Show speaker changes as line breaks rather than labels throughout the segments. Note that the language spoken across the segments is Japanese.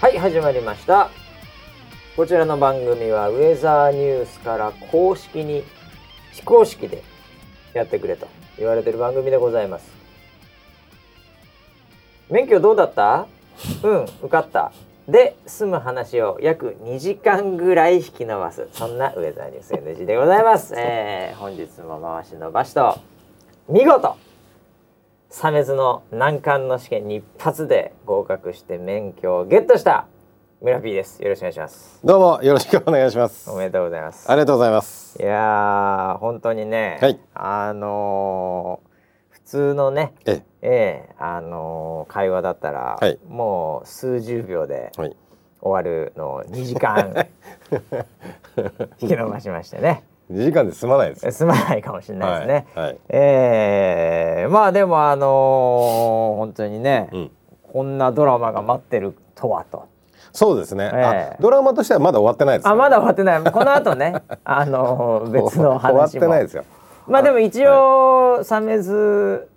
はい始まりましたこちらの番組はウェザーニュースから公式に非公式でやってくれと言われてる番組でございます免許どうだったうん受かったで済む話を約2時間ぐらい引き伸ばすそんなウェザーニュース NG でございます、えー本日も回し伸ばしと見事サメズの難関の試験に一発で合格して免許をゲットした村 P ですよろしくお願いします
どうもよろしくお願いします。
お
あ
めでとうございます
りがとうございます。
いやー本当にね、
はい
あのー普通のね
え
ええあのー会話だったら、
はい
もう数十秒で
え、はい。
終わるのを2時間 引き延ばしましてね
2時間で済まないです。
すまないかもしれないですね。
はい。はい。
ええまあでもあのー本当にね、
うん。
こんなドラマが待ってるとはと。
そうですね。
ええ
あ、ドラマとしてはまだ終わってないです、ね。
あまだ終わってないこの後 ねあのー別の話も
終わってないですよ。
まあでも一応、サメズ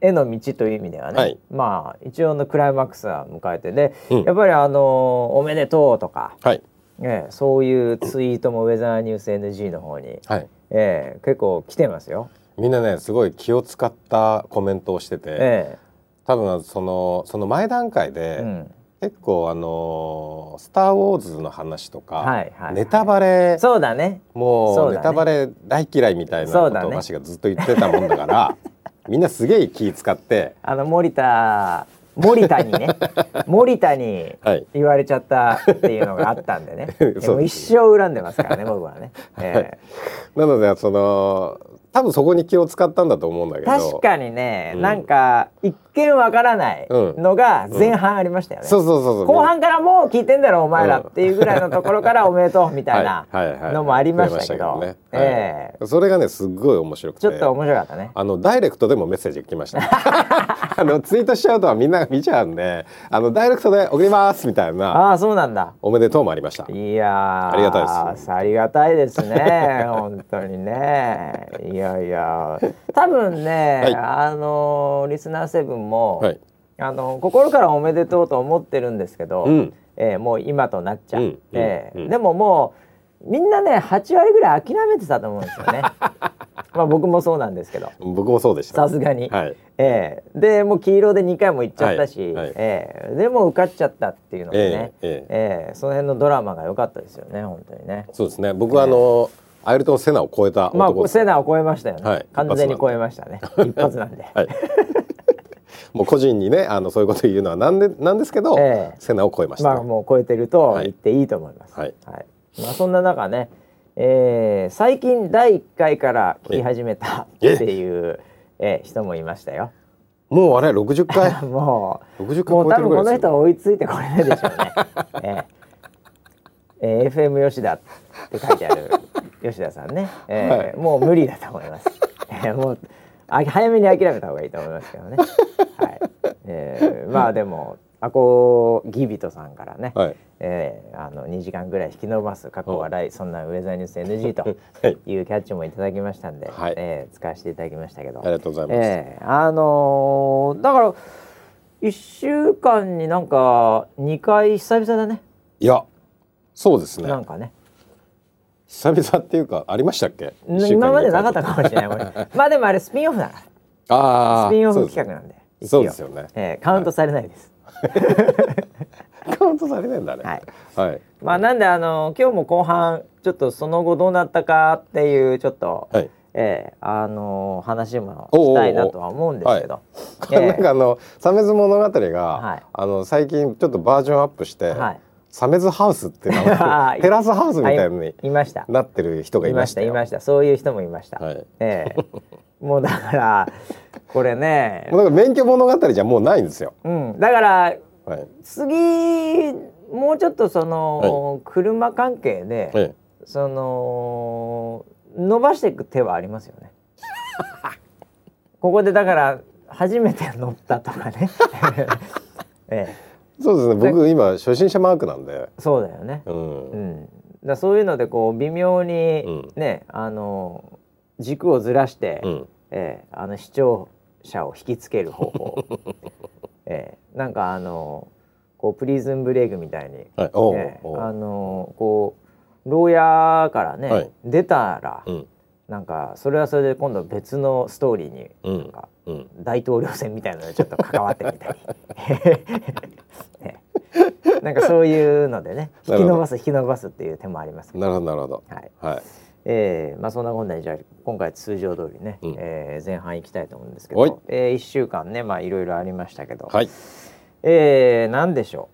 への道という意味ではね、
はい
まあ一応のクライマックスは迎えてで、
うん
やっぱりあのーおめでとう」とか、
はい。
ええそういうツイートもウェザーニュース NG の方に、
はい。
ええ結構来てますよ。
みんなね、すごい気を使ったコメントをしてて、
え
多分そのその前段階
え
で、
うん
結構あのースターウォーズの話とか、
はいはいはい
ネタバレ
そうだね
も
そううだね
ネタバレ大嫌いみたいな
そ
こ
うだ
と
ね
をマシがずっと言ってたもんだから、みんなすげえ気使って、
あの森田森田に ね森田に
はい。
言われちゃったっていうのがあったんでね
そうです
もう一生恨んでますからね僕は ね。ええ
なのでその多分そこに気を使ったんだと思うんだけど
確かにね、
うん
なんか一見わからないのが前半ありましたよね、
そうそうそうそう
後半からもう聞いてんだろお前ら
うん
っていうぐらいのところからおめでとうみたいな
はいはいはい
のもありましたけど
増えましたけどね
ええ
それがねすっごい面白く
ち
て
ょっと面白かったね、
あのダイレクトでもメッセージが来ました、 あのツイートしちゃうとはみんなが見ちゃうんであのダイレクトで送りますみたいな
ああそうなんだ
おめでとうもありました
いやー
ありがたいです
ありがたいです ね本当にねいやいや多分ね、
はい
あのーリスナーセブンも、
はい
あの心からおめでとうと思ってるんですけど、
うん
えーもう今となっちゃって、
うんうんうん
でももうみんなね8割ぐらい諦めてたと思うんです よねまあ僕もそうなんですけど
僕もそうでした
さすがに、
はい
えーでもう黄色で2回も行っちゃったし、
はいはい
えーでも受かっちゃったっていうのもね、
ええ
えーその辺のドラマが良かったですよね本当にね
そうですね僕はあの、アイルトン・セナを超えた
まあ
男です、
セナを超えましたよね、
はい
完全に超えま したね一発なんで
はい、もう個人にねあのそういうこと言うのはなんでなんですけど、
ええ
セナを超えました、
まあもう超えてると言っていいと思います。は
はいい。
まあそんな中ね、えー最近第1回から聞き始めたって
え
いう、えー人もいましたよ。
もうあれ60回
もう
60回
もう
超え
多
て
分
るぐ
こ
ら
の
いです
人
よ、
は追いついてこれないでしょうね。 えええー FM 吉田って書いてあ る吉田さんね、えー
はい
もう無理だと思います。 えーもうあ早めに諦めた方がいいと思いますけどね。はい。えーまあでもアコギビトさんからね。
はい
えーあの2時間ぐらい引き延ばす過去笑いそんなウェザーニュース NG と
はい
いうキャッチもいただきましたんで、
はい
えー使わせていただきましたけど
ありがとうございます、
えーあのーだから1週間になんか2回久々だね
いやそうですね
なんかね
久々っていうかありましたっけ
今までなかった
か
かもしれないこれ まあでもあれスピンオフだか
あ
ら
あ
スピンオフ企画なんで
そうですよね
一応えーカウントされないです、
画カウントされないんだね
はい
はい
まあなんであのー今日も後半ちょっとその後どうなったかっていうちょっと、
はい
ええあのー話もしたいなとは思うんですけど。
これなんか
え
あの「サメズ物語が」
はい
あの最近ちょっとバージョンアップして「
えはい。
サメズハウス」って名
あー
前テラスハウスみたいなの
あい
に
いました。
なってる人がい
い
ま
ま
し
したた
よ
いました。そういう人もいました。
はい
ええ もうだからこれね
も、うなんか免許物語じゃもうないんですよ
うん。だから
はい
次もうちょっとその、車関係で、
え
その伸ばしていく手はありますよ ね。ここでだから初めて乗ったとか ね。ええ、
えそうですね僕今初心者マークなんで
そうだよね。
うん
うん、だからそういうのでこう微妙に
うん
ね、あの軸をずらして、
うん
えーあの視 聴者を引きつける方法、えーなんかあのここうプリズンブレイクみたいに、
はい、おう
ね、
おう
あのーこう牢屋からね、
はい
出たら、
うん
なんかそれはそれで今度別のストーリーに
うん
か
うん
大統領選みたいなのにちょっと関わってみた り、 ね、なんかそういうのでね引き伸ばす引き伸ばすっていう手もありますけど
なるほどなるほど
はい
はい
えーまあそんなこんなにじゃあ今回通常通りね、
うん
えー前半行きたいと思うんですけ
はい
ど、えー、1週間ねまあいろいろありましたけど、
はい
えー、何でしょ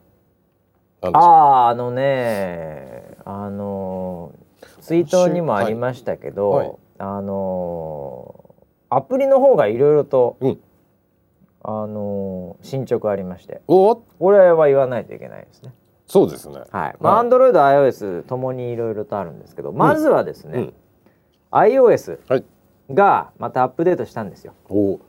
な
う
んでしょう
あーあのねあのーツイートにもありましたけど、
はいはい
あのーアプリの方がいろいろと、
うん
あのー進捗ありまして
おお
これは言わないといけないですね。
そうですね
はい、まあ、
はい
Android、iOS ともにいろいろとあるんですけど、まずはですね、
うん
iOS
はい
がまたアップデートしたんですよ。
おお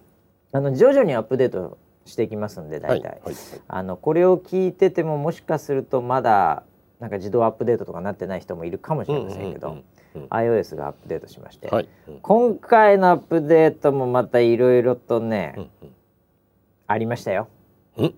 あの徐々にアップデートしていきますんで
は
大
い
体、
はい
あのこれを聞いててももしかするとまだなんか自動アップデートとかなってない人もいるかもしれませんけど、
うんうんうんうん
iOS がアップデートしまして、
はいうん
今回のアップデートもまたいろいろとね、
うんうん
ありましたよ。
うん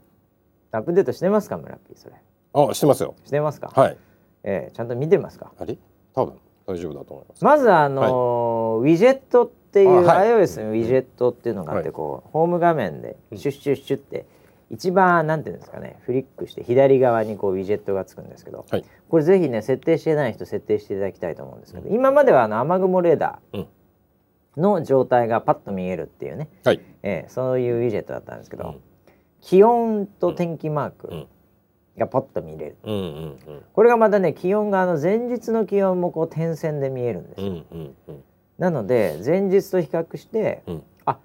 アップデートしてますか村木それ
あしてますよ
してますか、
はい
ええちゃんと見てますか
あれ多分大丈夫だと思います
まずあのーウィジェットっていう、
あはい
iOS のウィジェットっていうのがあっ
は
て
い
こう、ホーム画面でシュッシュッシュッって一番なんていうんですかねフリックして左側にこうウィジェットがつくんですけど、
はい
これぜひね設定してない人設定していただきたいと思うんですけど、今まではあの雨雲レーダ
うん
ーの状態がパッと見えるっていうね、
はい
ええそういうウィジェットだったんですけど、
うん
気温と天気マーク
うん
がパッと見れる。
うんうんうん
これがまたね気温があの前日の気温もこう点線で見えるんですよ
うんうんうん
なので前日と比較して、
うん
あ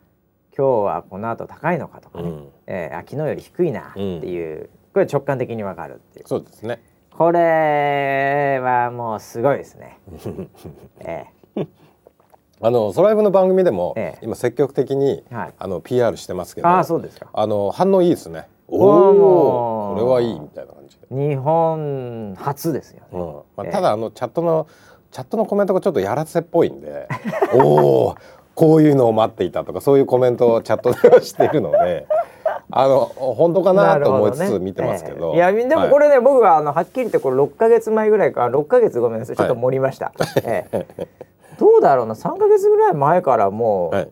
今日はこの後高いのかとか
う
ね、
ん
えーあ昨日より低いなっていう、これ直感的にわかるっていう
そうですね
これはもうすごいです ね。え
あのソライブの番組でも、
ええ
今積極的に、
はい
あの PR してますけ
ー
ど
ああそうですか。
あの反応いいですねお
わあも
お
う
これはいいみたいな感じで、
日本初ですよね。
うんまあ
ええ
ただあのチャットのチャットのコメントがちょっとやらせっぽいんで おおこういうのを待っていたとかそういうコメントをチャットではしているのであの本当かなと思いつつ見てますけど
ええいやでもこ
れ、
れね、僕はあのはっきり言ってこれ6か月前ぐらいから6か月ごめんなさいちょっと
はい
盛りました、ええどうだろうな3か月ぐらい前からもう、
はい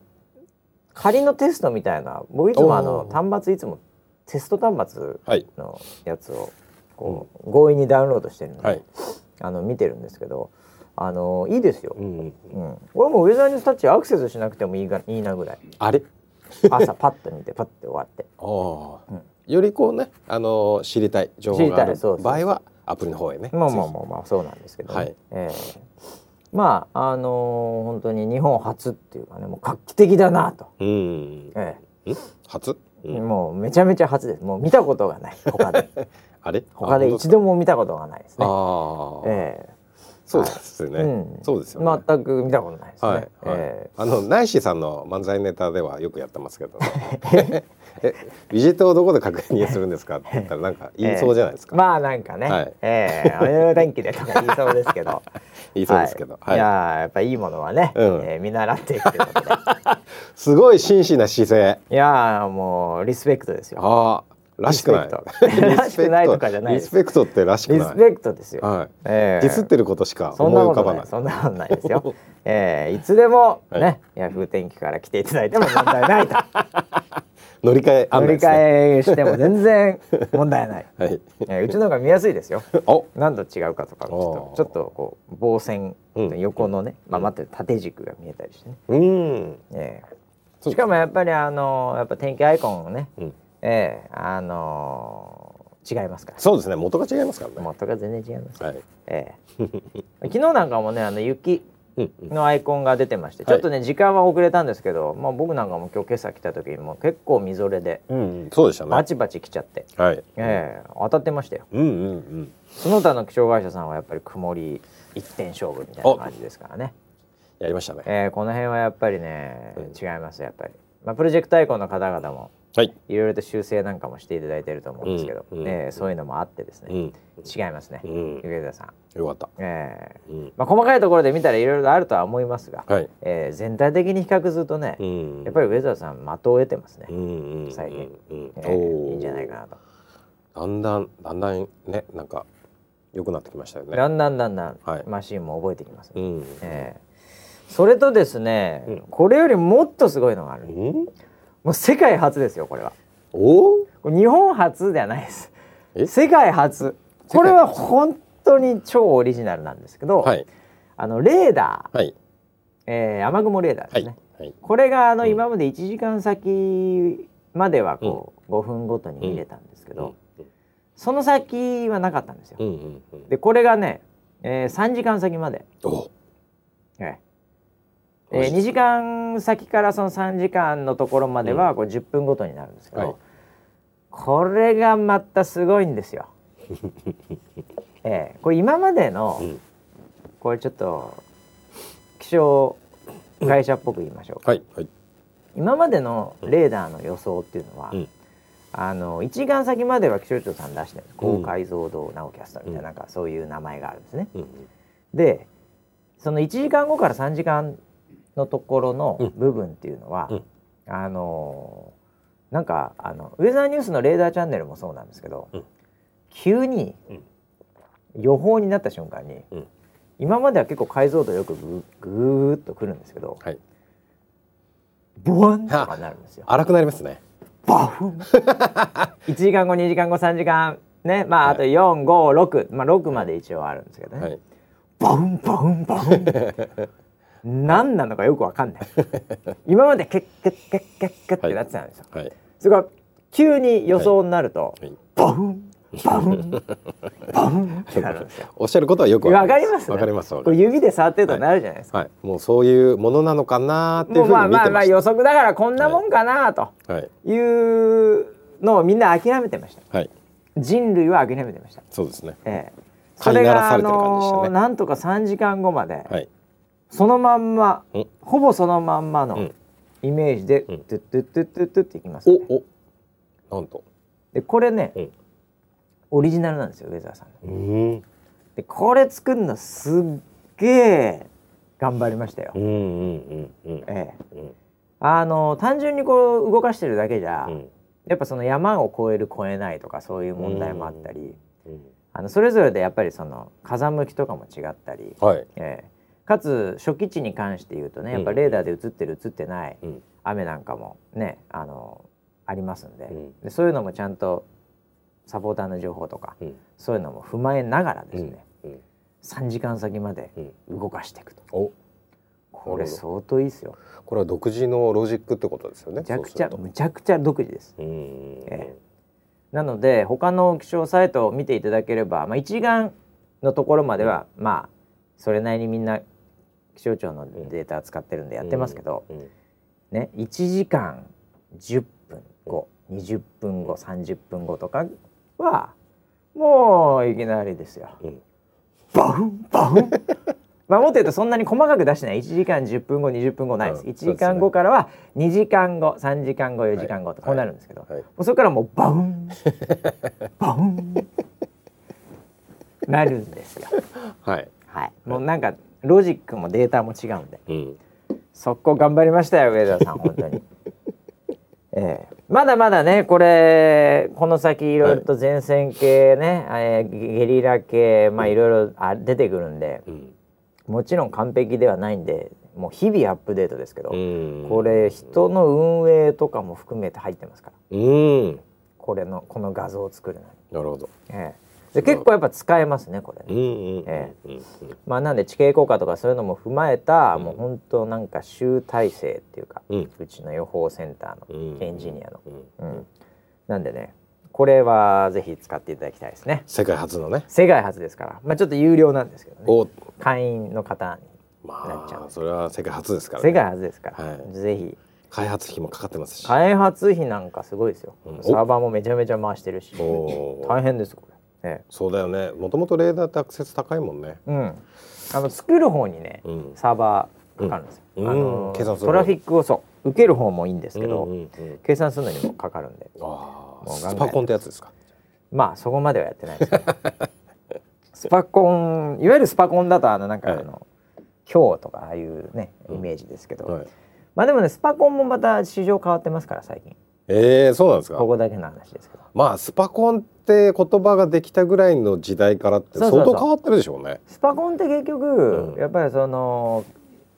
仮のテストみたいな僕いつもあの
お
端末いつもテスト端末
はい
のやつをこう、強引にダウンロードしてるので、
はい
あの見てるんですけどあのいいですよ
う、んうん、
うん、俺もウェザーニュースタッチアクセスしなくてもいいがいいなぐら い
あれ
朝パッと見てパッて終わって
あーよりこうね、あの知りたい情報があ
知りたい
る
そうそう
場合はアプリの方へね
まあまあまあまあそうなんですけどね、
はい
ええまああのー本当に日本初っていうかねもう画期的だなと、
うん
え
初、
え
うん
もうめちゃめちゃ初ですもう見たことがない他 で
あれ
他で一度も見たことがないです
あ
ね。
本当で
え
すかあー、
え
そうですよね、
うん
そうですよね、
全く見たことないですね。
はい、はい
え
あのナイシーさんの漫才ネタではよくやってます けど、ね、えビジェットをどこで確認するんですかって言ったらなんか言いそうじゃないです
ー
か、
まあなんかね、
はい
ええお湯天気でとか言いそうですけど、
言いそうですけど、
はい、い
はい、
やーやっぱいいものはね、
うん
えー見習っていくということ で、
すごい真摯な姿勢
いやーもうリスペクトですよ。
ああらしくない
リスペクトらしくないとかじゃないで
リ
す
スペクトってらしく
リ
な
ス
い
ペクトですよ。
はい、
ええ
ディスってることしか
そん
思
ないこ
浮か
と
ば
な
ない
い、そんなことないです よ。ええいつでもね、
はい
ヤフー天気から来ていただいても問題 ないと、
乗り換え案
乗
内
り
ですね
換えしても全然問題 ない。
はい
えーうちの方が見やすいですよ。
お
何度違うかとかちょっと
おー
ちょっとこう棒線
うん
横のね、まあ待って縦軸が見えたりしてね、
うん
ええ
そう
しかもやっぱりあのーやっぱ天気アイコンをね、
うん
ええあのー違いますから
そうですね元が違いますからね
元が全然違います、
はい
え え昨日なんかもねあの雪
うんうん
のアイコンが出てまして、ちょっとね時間は遅れたんですけど、まあ、僕なんかも今日今朝来た時もう結構みぞれで
うんうんそうでしたね
バチバチ来ちゃって、
はい
ええ当たってましたよ
うんうんうん
その他の気象会社さんはやっぱり曇り一点勝負みたいな感じですからね、
やりましたね
えーこの辺はやっぱりね
うん
違いますやっぱり、まあ、プロジェクトアイコンの方々も
はい
いろいろと修正なんかもしていただいてると思うんですけど、
うんうん
えーそういうのもあってですね、
うん
違いますね、
うん
ゆげたさん、
よかった
えー
うん
まあ、細かいところで見たらいろいろとあるとは思いますが、
はい
えー全体的に比較するとね、
うん
やっぱりウェザーさん的を得てますね、
うんうんうん
最近
うん
えー
おー
いいんじゃないかなと
だんだんだんだんねなんか良くなってきましたよね。
だんだんだんだん、
はい
マシーンも覚えてきますね、
うん。
えーそれとですね、
うん
これよりもっとすごいのがある
うん？
もう世界初ですよこれは
おお？
これ日本初ではないです
え
世界初これは本当に超オリジナルなんですけど、
はい
あのレーダー、
はい
えー雨雲レーダーで
は
す
い
ね、
はい。
これがあの
うん
今まで1時間先まではこう5分ごとに見れたんですけど、その先はなかったんですよ
う。んうんうん。
でこれがね、えー、3時間先まで、
おお。
え
マジ
2時間先からその3時間のところまではこう10分ごとになるんですけど、
はい
これがまたすごいんです よ。ええこれ今までの、
うん
これちょっと気象会社っぽく言いましょうか
はいはい。
今までのレーダーの予想っていうのは、
うん
あの一眼先までは気象庁さん出してるんです高解像度ナオキャストみたいな,、
うん
なんかそういう名前があるんですね。
うん
でその1時間後から3時間のところ
う
の
ん
部分っていうのは、
うん
あのーなんかあのウェザーニュースのレーダーチャンネルもそうなんですけど、
うん
急に
うん
予報になった瞬間に、
うん
今までは結構解像度よくぐぐーっとくるんですけど
はい。
ボワンとかなるんですよ。
荒くなりますね。
バフン1時間後2時間後3時間ねまああと456まあ6まで一応あるんですけどね、
はい。
バフンバフンバフン何なのかよくわかんない今までケッケッケッケッケッってなってたんですよ、
はい。
それが急に予想になると、
はいはい
バフンバフンバフンってなるんですよ
おっしゃることはよく
わかります
わかります。わ
こ
か
れ
りま
指で触ってるとなるじゃないです
す
か、
はい。もうそういうものなのかなーっていう
もう
ふう
まあ
に見
まあ
て
ま
ま
あ
し
予測だからこんなもんかなと
た。はい
いうのをみんな諦めてました
はい。
人類は諦めてました
そうですね。
ええ、そ
飼い
れが
なら
あ
されてる感じでしたね
のーなんとか3時間後まで、
はい。
そのまんま
うん
ほぼそのまんま
う
の
ん
イメージで、
うん
トゥットゥットゥットゥットゥっていきます、
お
ね、
お。なんと。
でこれね、
うん
オリジナルなんですよウェザーさんの
うん。
でこれ作るのすっげえ頑張りましたよ、
うんうんうんうん
ええ
うん
あのー単純にこう動かしてるだけじゃ、
うん
やっぱその山を越える越えないとかそういう問題もあったり、
うん。
あのそれぞれでやっぱりその風向きとかも違ったり、
はい。
えーかつ初期値に関して言うとねやっぱ
うん
レーダーで映ってる映ってない
うん
雨なんかもねあのありますんで,、
うん
でそういうのもちゃんとサポーターの情報とか
うん
そういうのも踏まえながらですね、
うん
3時間先まで
うん。
動かしていくと、
お。
これ相当いいですよ
これは独自のロジックってことですよね。
むちゃくちゃ
そうする
むちゃくちゃ独自です
とうん
えなので他の気象サイトを見ていただければ、まあ、一眼のところまでは、まあそれなりにみんな気象庁のデータ使ってるんでやってますけど、
うんうん
ね、1時間10分後20分後30分後とかはもういきなりですよ。
うん
バフンバフン まあもっと言うとそんなに細かく出してない1時間10分後20分後ないです、
うん
1時間後からは2時間後3時間後4時間後と
はい
こうなるんですけど、
はい
もうそれからもうバフンバフンなるんですよ。
はい。
はい、もうなんかロジックもデータも違うんで。
うん。
速攻頑張りましたよ上田さん本当に。ええまだまだねこれこの先いろいろと前線系ね、えーゲゲリラ系まあいろいろあ出てくるんで
うん。
もちろん完璧ではないんでもう日々アップデートですけど、
うん
こ。れ人の運営とかも含めて入ってますから
うん。
これのこの画像を作るのに、
なるほど。
ええで結構やっぱ使えますねこれね。
うんうんうん
え
うん
まあ、なんで地形効果とかそういうのも踏まえた、もう本当なんか集大成っていうか、う
うん
ちの予報センター
うん
のエンジニアの、
うんうん。
うんなんでねこれはぜひ使っていただきたいですね
世界初のね。
世界初ですから、まあ、ちょっと有料なんですけどね
お。
会員の方にな
ま
っちゃう
あそれは世界初ですからね。
世界初ですから、
はい
ぜひ
開発費もかかってますし。
開発費なんかすごいですよ、
うん
サーバーもめちゃめちゃ回してるし
おー
大変ですこれ、ええ
そうだよね。もともとレーダーってアクセス高いもんね。
うん、あの作る方にね、
うん。
サーバーかかるんですよ、
うん
あの
計算する
トラフィックをそう受ける方もいいんですけど、
うんうんうん
計算するのにもかかるんで
ああ。
もうガンガン
スパコンってやつですか。
まあそこまではやってないですけど スパコンいわゆるスパコンだとあのなんかあ
はい
の強とかああいうね
う
イ
ん
メージですけど、
はい。
まあでもねスパコンもまた市場変わってますから最近
ええそうなんですか
ここだけの話ですけど
まあスパコンって言葉ができたぐらいの時代からって
そう
相
そうそう
当変わってるでしょうね
スパコンって結局、
うん
やっぱりその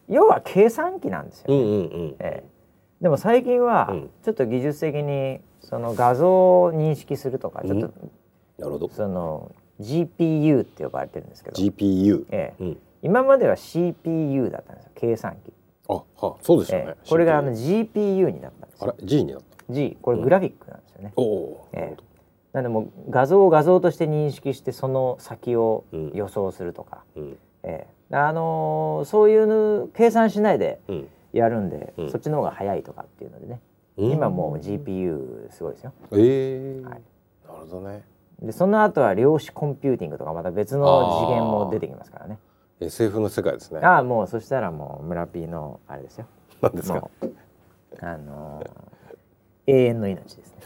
要は計算機なんですよ、
うんうん
ええでも最近は
うん
ちょっと技術的にその画像を認識するとかちょっと
うんなるほど
その GPU って呼ばれてるんですけど、
GPU
ええ
うん
今までは CPU だったんですよ計算機、
あはそうですよね、
ええこれがあ
CPU
の GPU になったんです
あ
よ
れ G になった
G これグラフィックなんですよね、
おおー、
ええなんでもう画像を画像として認識してその先を
うん
予想するとか、
うん
ええあのーそういうの計算しないで
うん
やるんで、
うん
そっちの方が早いとかっていうのでね、
うん
今もう GPU すごいですよ
ええ
はい
なるほどね
でその後は量子コンピューティングとかまた別の次元も出てきますからね
SF の世界ですね
ああもうそしたらもう村 P のあれですよ
なんですか
もうあのー永遠の命ですね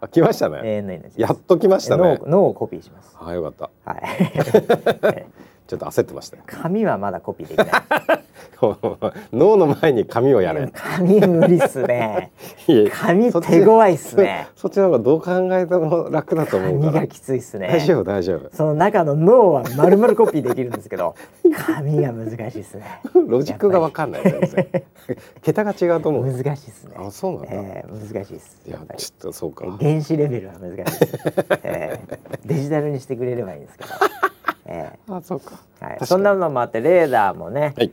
あ来ましたね、
永遠の命です
やっと来ました
脳
ね
を脳をコピーします
あよかった
はい
ちょっと焦ってましたよ
紙はまだコピーできない
脳の前に紙を やれ
紙無理っすね
いや
紙
そっち
手強いっすね
そそっちの方がどう考えても楽だと思う
紙
から
がきついっすね
大丈夫大丈夫
その中の脳は丸々コピーできるんですけど紙が難しいっすね
ロジックがわかんない全然桁が違うと思う
難しいっすね
あそうなんだ、
えー、難しいっす
い
やっ
や
ぱり
ちょっとそうか
原子レベルは難しいっす、え ーデジタルにしてくれればいいんですけど、え
あそうか
ーはい
か、に
そんなのもあってレーダーもね、
はい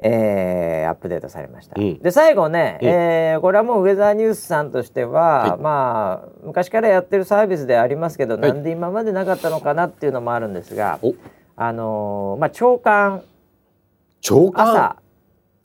えーアップデートされました、
うん
で最後ね、
うん
えーこれはもうウェザーニュースさんとしては、
はい
まあ昔からやってるサービスではありますけど、
はい
なんで今までなかったのかなっていうのもあるんですが、
お
あのーまあ、朝刊
長官
朝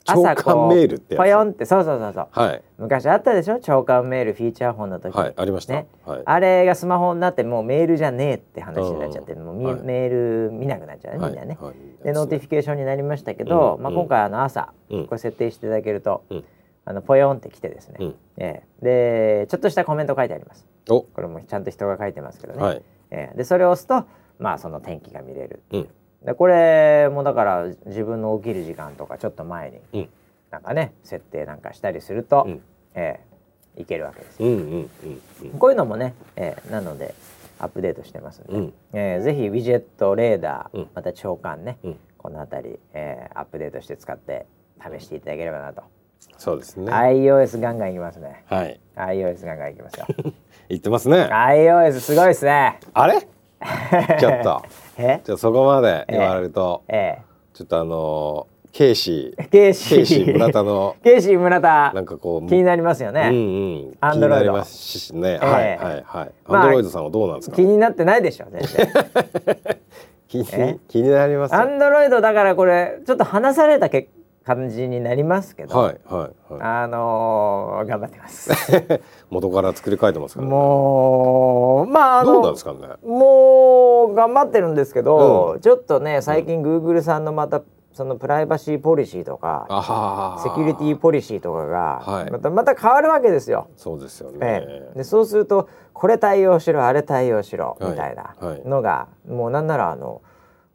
朝
朝こ
朝刊
う
メールってやつ
ポヨンってそうそうそうそう
はい
昔あったでしょ朝刊メールフィーチャー本の時、
はいありました、
ね
はい
あれがスマホになってもうメールじゃねえって話になっちゃって
うん
もうみ、
はい
メール見なくなっちゃうね
は
み
い
んなね。
はい
でノーティフィケーションになりましたけど、
うん
まあ、
うん
今回あの朝、
うん
これ設定していただけると、
うん
あのポヨンって来てですね、
うん
ええでちょっとしたコメント書いてあります
お
これもちゃんと人が書いてますけどね、
はい
ええでそれを押すとまあその天気が見れる
うん
でこれもだから自分の起きる時間とかちょっと前に、
うん
なんかね設定なんかしたりすると、
うん
ええいけるわけです
うんうんうんうん
こういうのもね、えーなのでアップデートしてますんで、
うん
えーぜひウィジェットレーダー、
うん
また長官ね、
うん
この辺り、えーアップデートして使って試していただければなと、
そうですね
iOS ガンガンいきますね
はい
iOS ガンガンいきますよ
言ってますね
iOS すごいですね
あ れちょっと
え
じゃあそこまで言われると、
え
ちょっとあのーケイシ
ー、ケイ
ー
シー
ケイシー村田の
ケイシー村田
なんかこう
気になりますよね、
うんうん、
Android
気になりますしね、はい
ええ
はいはい、
まあ
アンドロイドさんはどうなんですか
気になってないでしょ全 然
気に
え
気になりますよ
アンドロイドだからこれちょっと離されたけ感じになりますけど、
はいはいは
あのー頑張ってます
い 元から作り変えてますからね
もうまああの
どうなんですかね
もう頑張ってるんですけど、
うん
ちょっとね最近 Google さんのまたそのプライバシーポリシーとか
ああ
セキュリティポリシーとか
は
が
い
またまた変わるわけですよ。
そうですよね、
ええでそうするとこれ対応しろあれ対応しろ
はい
みたいな
はい
のが、もうなんならあの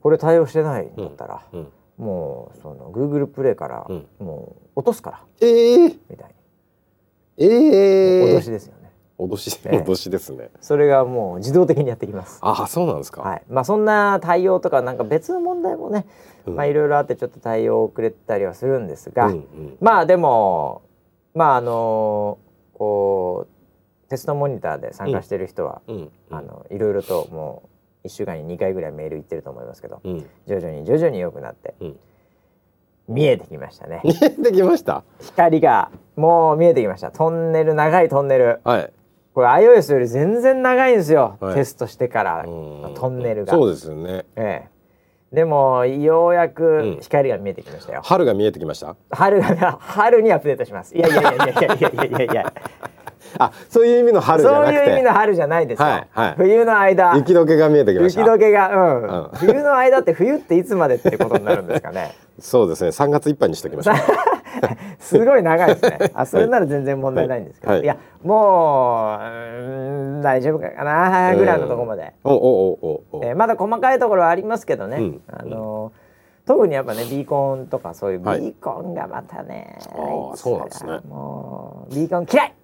これ対応してないんだったら、
うん、
もうその Google プレイから、
うん
もう落とすから
えー、
みたい
え
な、
え
脅しですよね。
脅し
ええ
脅しですね、
それがもう自動的にやってきます。
ああそうなんですか、
はい、まあそんな対応とかなんか別の問題もね、
うん
まあいろいろあってちょっと対応遅れたりはするんですが、
うんうん、
まあでもまああのこうテストモニターで参加してる人は、
うんうん
あのいろいろともう1週間に2回ぐらいメール行ってると思いますけど
うん
徐々に徐々に良くなって
うん
見えてきましたね
できました
光がもう見えてきましたトンネル長いトンネル
はい
これ iOS より全然長いんですよ、
はい
テストしてから
うん
トンネルが。
そうですよね
ええ、でもようや
う
く
ん
光が見えてきましたよ、
春が見えてきました
春が春にアップデートしますいやいやいやいやいやいやいやいやいや
あそういう意味の春じゃ
そう
なく
い
て
う意味の春じゃないですよ、
はいはい
冬の間
雪解けが見えてきまし
雪
た
解けがうん、
うん
冬の間って冬っていつまでってことになるんですかね
そうですね。三月いっぱいにしておきましょう。
すごい長いです ねあそれなら全然問題ないんですけど、
はい
い、
は
や
い
もううーん大丈夫かなぐらいのところまで、
おおおおお。
えーまだ細かいところはありますけどね、
うん
あのー特にやっぱねビーコンとかそういうビ
はい
ーコンがまたね、
ああそうなんですね
もうビーコン嫌い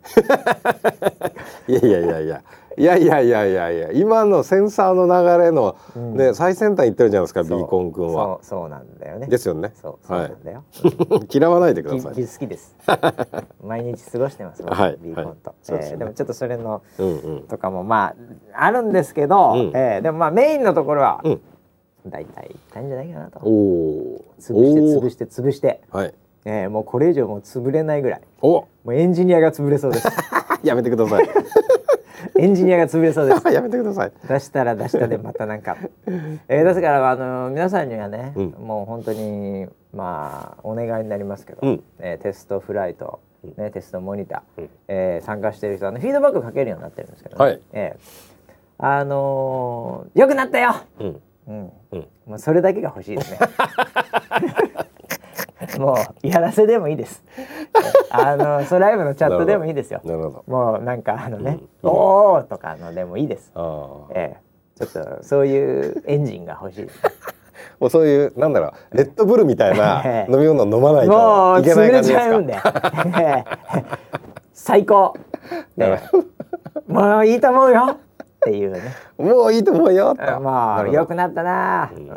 いやいやいやいや。いやいやいやいやいや、今のセンサーの流れの、
うん
ね、最先端行ってるじゃないですか、ビ
そう
ーコン君は。
そうそうなんだよね
ですよね。
そうそう
は
ないん。だよ、
嫌わない でくだ
き
さ
き
い。
好きです 毎日過ごしてます、
はい
ビーコンと、
はいそうです
えー
よね
でもちょっとそれの
うんうん。
とかもまああるんですけど、
うん
えーでもまあメインのところは、
うん
大体いったんじゃないかなと
おお。
潰して
お
潰
ー
して潰して、
はい。
えーもうこれ以上もう潰れないぐらい
お。
もうエンジニアが潰れそうです
やめてください。
エンジニアが潰れそうです
やめてください。
出したら出したでまたなんか、えー、ですからあの皆さんにはね、
うん
もう本当にまあお願いになりますけど、
うん
えーテストフライト、ね、テストモニター、
うん
えー参加してる人あのフィードバックかけるようになってるんですけど、
はい
えーあのーよくなったよ、
うん。
うん、
うん。
もうそれだけが欲しい ですね。もうやらせでもいいです。あのソライブのチャットでもいいですよ。
なるほ
もうなんかあのね、
うん
おおとかのでもいいです。
ど。ああ。
ええ、ちょっとそういうエンジンが欲しいです。
もうそういう、なんだろう、レッドブルみたい な
ええ
飲み物飲まない
もう
といけな
潰
い
れ
感じ
ち
で
ゃうん
す
で
か。。
ええ最高。ね、もういいと思うよ。っていうね。
もういいと思うよ。と
ま
な
あ
るほど
良くなったな、うん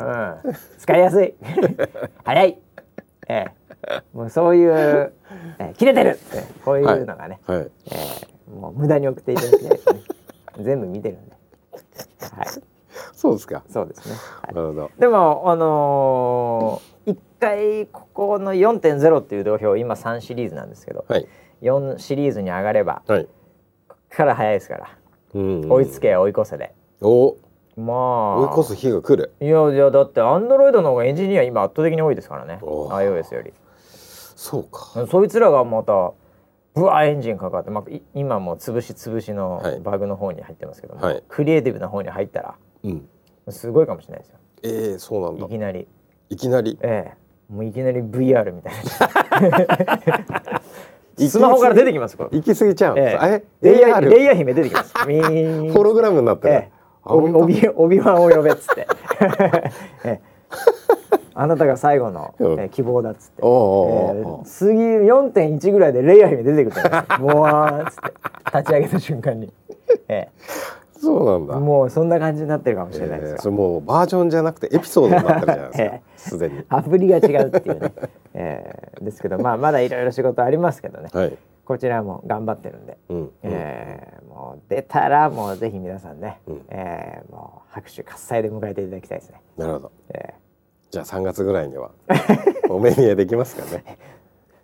使いやすい早い、ええ、もうそういう、ええ切れてる、ええこういうのがね、
はい。
ええもう無駄に送っていただきたいですね全部見てるんではい
そうですか。
そうですね、は
なるほど。
い、でもあのー、一回ここの4.0っていう土俵今3シリーズなんですけど
はい。
4シリーズに上がれば
はい。
こっから早いですから
うんうん
追いつ。け追い越せで
お。
もう
追い越す日が来る。
いやいやだってアンドロイドの方がエンジニア今圧倒的に多いですからね
おー
iOS より
そうか。
そいつらがまたブワーエンジンかかって、まあ、い今もう潰し潰しの
はい
バグの方に入ってますけども、
はい
クリエイティブな方に入ったら
うん。
すごいかもしれないですよ
ええ、そうなんだ
い。きなり
いきなり。
ええもういきなり VR みたい
いきな
な
り
スマホから出てきますこれ
行き過ぎちゃうんです。
え
え、
レイヤー
AR
レイヤー姫出てき ますみーん
ホログラムになってる。
ええ
あ本当
オビオビワンを呼べっつ って、ええあなたが最後の、え
うん
え希望だっつって
おうおうおうお
え
う
ー、次4.1ぐらいでレイヤー姫出てくると思いますもうあーっつって立ち上げた瞬間に、え
そう
ー、
なんだ。
もうそんな感じになってるかもしれないです
え
よ
え、、それもうバージョンじゃなくてエピソードになってるじゃないで
え
すか。すでに。
アプリが違うっていうね、えー、ですけどまあまだいろいろ仕事ありますけどね
はい。
こちらも頑張ってるんで、
うん。
えー、もう出たらもうぜひ皆さんね、
うん
えー、もう拍手喝采で迎えていただきたいですね、
なるほど。
え
じゃあ3月ぐらいにはお目にえできますか ね。
ー、っ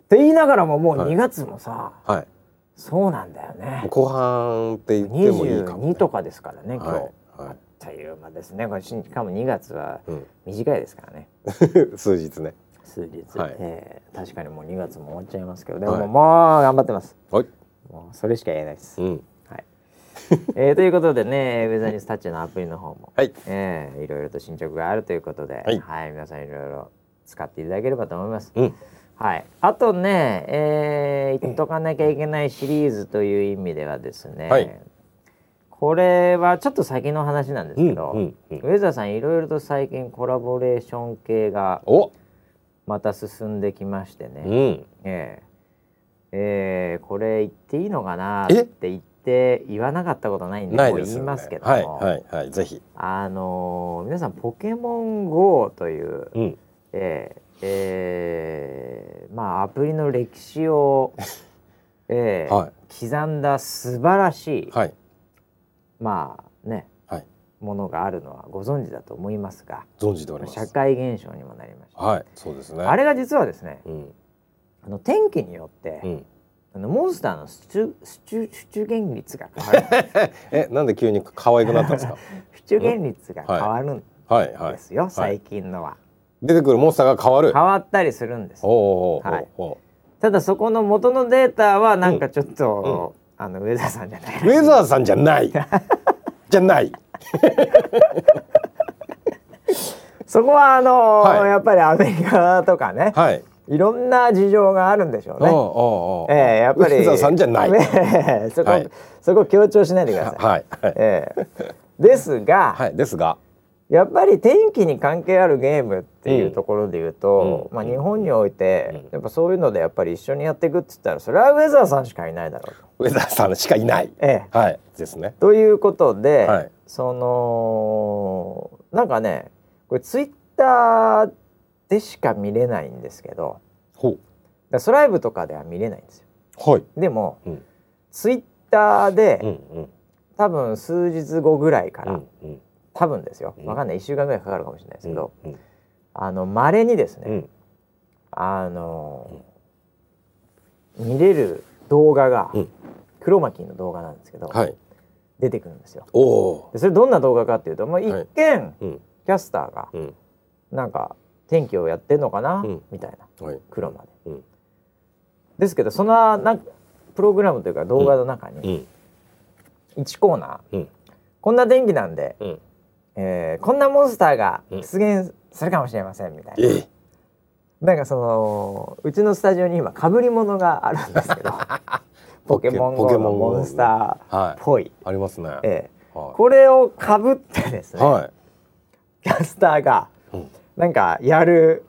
て言いながらももう
はい
2月もさ、
はい。
そうなんだよ
もう
ね
後半って言ってもいいかも、
22
ね。
とかですからね今日。
はい。はい。
という間ですね。これしかも2月は
うん。
短いですからね。
数日ね。
数日、
はい
えー確かにもう2月も終わっちゃいますけど、でも、
はい
もう頑張ってます。
はい。
もうそれしか言えないです。
うん。
はい。えーということでね、ウェザーニュースタッチのアプリの方も、
はい。
えーいろいろと進捗があるということで、
はい
皆さんいろいろ使っていただければと思います。
うん。
はい。あとね、えー言っとかなきゃいけないシリーズという意味ではですね、
はい
これはちょっと先の話なんです
うん。
け
う
ど、
ん。うん
ウェザーさんいろいろと最近コラボレーション系が
お。
また進んできまして
う
ね、
ん。
ええええこれ言っていいのかなっ
え
て言って言わなかったことないんで
ない
もう
です
言い
よ、ね。
ますけども、
はい。はい。はい。ぜひ。
あのー皆さん「ポケモン GO」という、
うん。
ええええまあアプリの歴史を、ええ
は
刻んだ素晴らしい、
い。はい。
まあね、
はい
ものがあるのはご存知だと思いますが
存じておりま
社
す。
会現象にもなりました。
はい。そうですね。
あれが実はですね、
うん。
あの天気によって、
うん。
あのモンスターの出出出現率が変 わる。
え、なんで急に可愛くなったんです か。
出現率が変わるん
はい。は
で
い。
すよ、最近のは。
出てくるモンスターが変わる。
変わったりするんです
お。おおうおう
はい
おうおう。
ただそこの元のデータはなんかちょっと、あのウェザーさんじゃない。
ウェザーさんじゃ ない。じゃない。
そこはあのー
はい
やっぱりアメリカとかね、
はい。
いろんな事情があるんでしょう
おうおう
ね。
おう
ええやっぱり。
ウェザーさんじゃない。はい。
ええそこ、
はい
そこ強調しないでください。
はい。
ええですが、
はい。ですが。
やっぱり天気に関係あるゲームっていうところで言うと、
うん
まあ、
うん
日本において、
うん
やっぱそういうのでやっぱり一緒にやっていくって言ったらそれはウェザーさんしかいないだろうと。
ウェザーさんしかいない。
ええ、
はい。ですね。
ということで、
はい。
そのなんかねこれツイッターでしか見れないんですけど
ほ
だからソライブとかでは見れないんですよ。
う。はい。
でも、
うん
ツイッターで、
うんうん
多分数日後ぐらいか
う
ら、
んうん。
多分ですよ
うん
わかんない1週間ぐらいかかるかもしれないですけど、
うん
あの稀にですね、
うん。
あのー見れる動画が、
うん
クロマキーの動画なんですけど、
はい。
出てくるんですよ。
おお
でそれどんな動画かっていうと、まあ、一見、
はいー。うん
キャスターが
うん。
なんか天気をやってんのかな、
うん
みたいな
はい。
黒まで。
うん
ですけどそのなんプログラムというか動画の中
う
に
ん
1コーナー、
うん
こんな天気なんで、
うん。
えーこんなモンスターが
うん
出現するかもしれませんみたいな。
ええ。
なんかそのうちのスタジオに今かぶり物があるんです けどポケモン GO のモンスタ
ー。は
ーっ
い。
ぽい、
ありますね。
ええ
は
これをかぶってです
い。
ね、
は
キャスターが
い。うん
なんかやる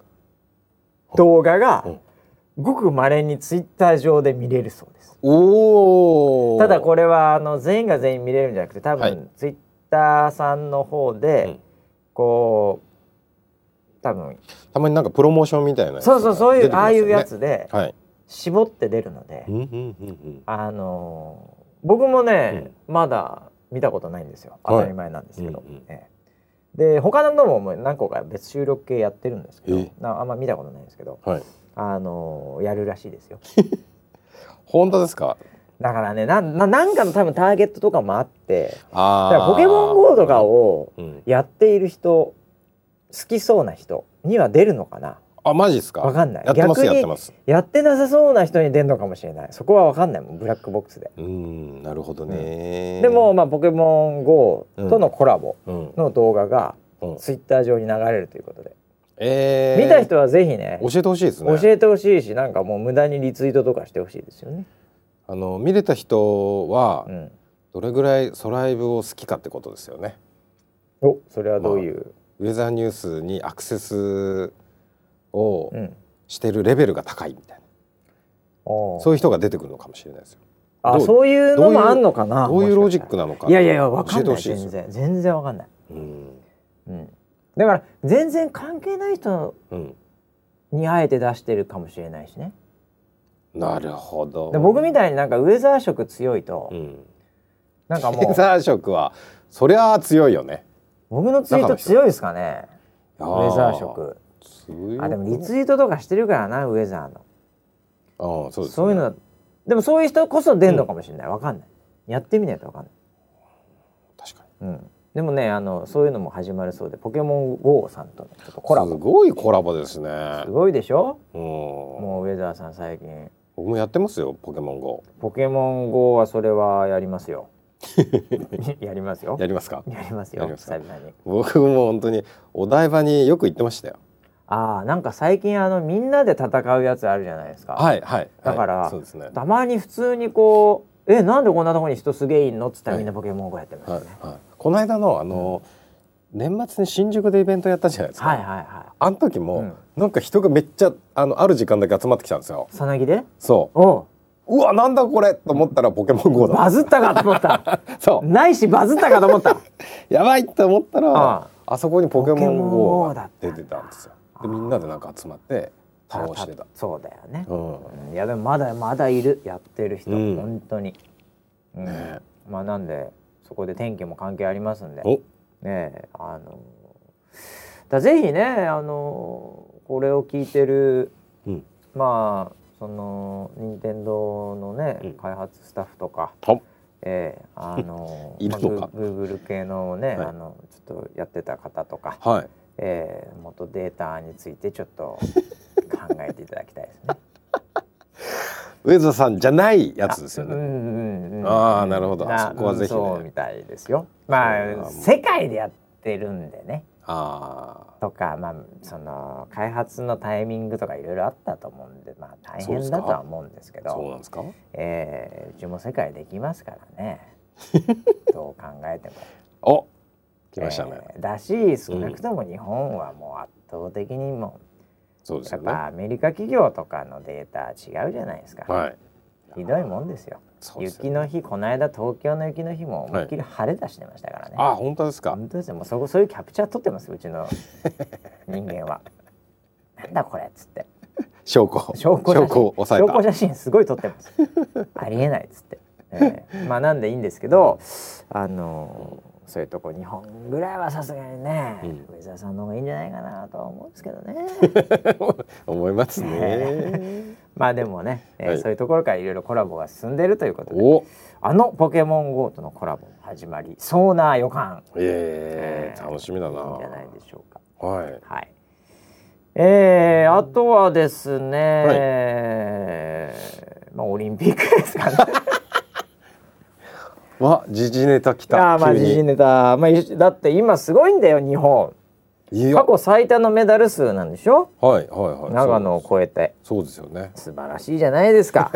動画が
うん
ごくまれにツイッター上で見れるそうです。
おお。
ただこ
れ。
れはあの全員が全員見れるんじゃなくて多
はい
分ツイッターさんの方
う
で
ん
こう多分
たまになんかプロモーションみたいなやつ
そ
が
うそうそうい
出
う
てきま
あ
す
あい
よ
う
ね
や。つで
はい。
絞って出るので
うんうんうんうん。
あのー僕もね、まだ見たことないんですよ
はい
当たり前なんですけど、
うんうん
ええで他ののももう何個か別収録系やってるんですけど、
え
なあんま見たことないんですけど、
はい。
あのーやるらしいですよ
本当ですか。
だからねなんななんかの多分ターゲットとかもあってだ
あ
から
あ。
ポケモン GO とか。を
うん。
やっている人好きそうな人には出るのかな
あ、マジですか。
わかんない
やってます。
逆
や
に
ってます。
やってなさそうな人に出るのかもしれないそこは分かんないもんブラックボックスで。
うーん、なるほどね。
でも、、まあ、ポケモン GO とのコラボ
うん、
の動画が
うん、
ツイッター上に流れるということで、
えー、
見た人はぜひね
教えてほしいですね。
教えてほしいしなんかもう無駄にリツイートとかしてほしいですよね。
あの見れた人は
うん、
どれぐらいソライブを好きかってことですよね。
おそれはどういう、
ウェザーニュースにアクセスを
うん、
してるレベルが高いみたいな、
そ
そういう人が出てくるのかもしれないですよ。
あ
どう
そういうのもあんのかな
どういうロ
も
ジ
し
ッ
かし
ク
たら
なのか。
いやいやいやわかん
教えて
な
ほ
い
しいです
全
よ
然全然わかんない、
うん、
うん、だから全然関係ない人
うん、
にあえて出してるかもしれないしね
なるほど。
で僕みたいになんかウェザー色強いと、
うん、
なんかも
ウェ
う
ザー色はそりゃあ強いよね。
僕のツイート強いですかねウ
ウ
ェザー色
強い。
あでもリツイートとかしてるからなウェザーの
ああ、
そう
そ
う,、
です、ね。
いうのでもそういう人こそ出んのかもしれない、わかんないやってみないとわかんない、
確かに。
うん、でもねあのそういうのも始まるそうでポケモン GO さんとのちょっとコラボ
すごいコラボですね。
すごいでしょ
うん。
もうウェザーさん最近
僕もやってますよ、ポケモン GO。
ポケモン GO はそれはやります よやりますよ
やりますか
やりますよ
やります
久
か
々に
僕も本当にお台場によく行ってましたよ。
ああなんか最近あのみんなで戦うやつあるじゃないですか、
はいはい。はい
だから
そうですね。
たまに普通にこう「えなんでこんなとこに人すげえいんの?」っつったらみんなポケモン GO やってまし
は
た
い
ね、
はい。この間のあの、年末に新宿でイベントやったじゃないですか。
はい、はいはいは
あの時
う
も
ん、
なんか人がめっちゃあのある時間だけ集まってきたんですよ
い。さなぎで
そ
おう
う。うわなんだこれと思ったらポケモン GO だ。
バズったかと思った
そう。
ないしバズったかと思った
やばいと思った
あ
らあそこにポケモン GO
ポケ
が
モン GO だ
出
った
てたんですよ。でみんなでなんか集まって倒してた。
そうだよね、
うん。
いやでもまだまだいるやってる人、
うん
本当に、うん
ね
まあなんでそこで天気も関係ありますんで
お
ねえあのだぜひねあのこれを聞いてる
うん。
まあその任天堂のね、
うん
開発スタッフとか、
は
ええあの
いるのか
グーグル系のね、
はい
あのちょっとやってた方とか、
はい。
ええ元データについてちょっと考えていただきたいですね。
ウェザーさんじゃないやつですよ
う
ね。
んうんうん、
あーなるほど
な
そこはぜひね
そうみたいですよ。まあ
そう
世界でやってるんでね
あ
とか、まあ、その開発のタイミングとかいろいろあったと思うんで、まあ、大
そうで
変
すか
だとは思うんですけ
あ、そう
ど
なんですか。
えーうちも世界できますからねどう考えても
お、来ましたね。
えーだし少なくとも日本はもう圧倒的にも
そう
う
です
や
よ
っ
ね。
ぱアメリカ企業とかのデータ違うじゃないですか、
はい。
ひどいもんですよ
そうですよ
雪の日この間東京の雪の日も思いっきり晴れ出してましたからね、
あ、本当ですか。
本当ですよもうそこそういうキャプチャー撮ってますうちの人間は なんだこれっつって
証拠。
証拠写真
証拠を抑え
証拠
た。
写真すごい撮ってます ありえないっつって、ええまあなんでいいんですけどあのそういうとこ日本ぐらいはさすがにね、
う
上澤さんの方がいいんじゃないかなとは思うんですけ どね
思いますね。
まあでもね、えー
はい
そういうところからいろいろコラボが進んでいるということで
お、
あの「ポケモン GO」とのコラボも始まりそうな予感
ええ、楽しみだな。
いいんじゃないでしょうか。
はい。
はい。えー、あとはですね、
はい
えーまあオリンピックですかね。
わ、時事ネタ来
あ
た。
ーまあ
急
時事
に。
ネタ、まあいだって今すごいんだよ日本。
いや
過去最多のメダル数なんでしょ。
はいはいはい。
長野を超えて
そうです。そうですよね。
素晴らしいじゃないです か。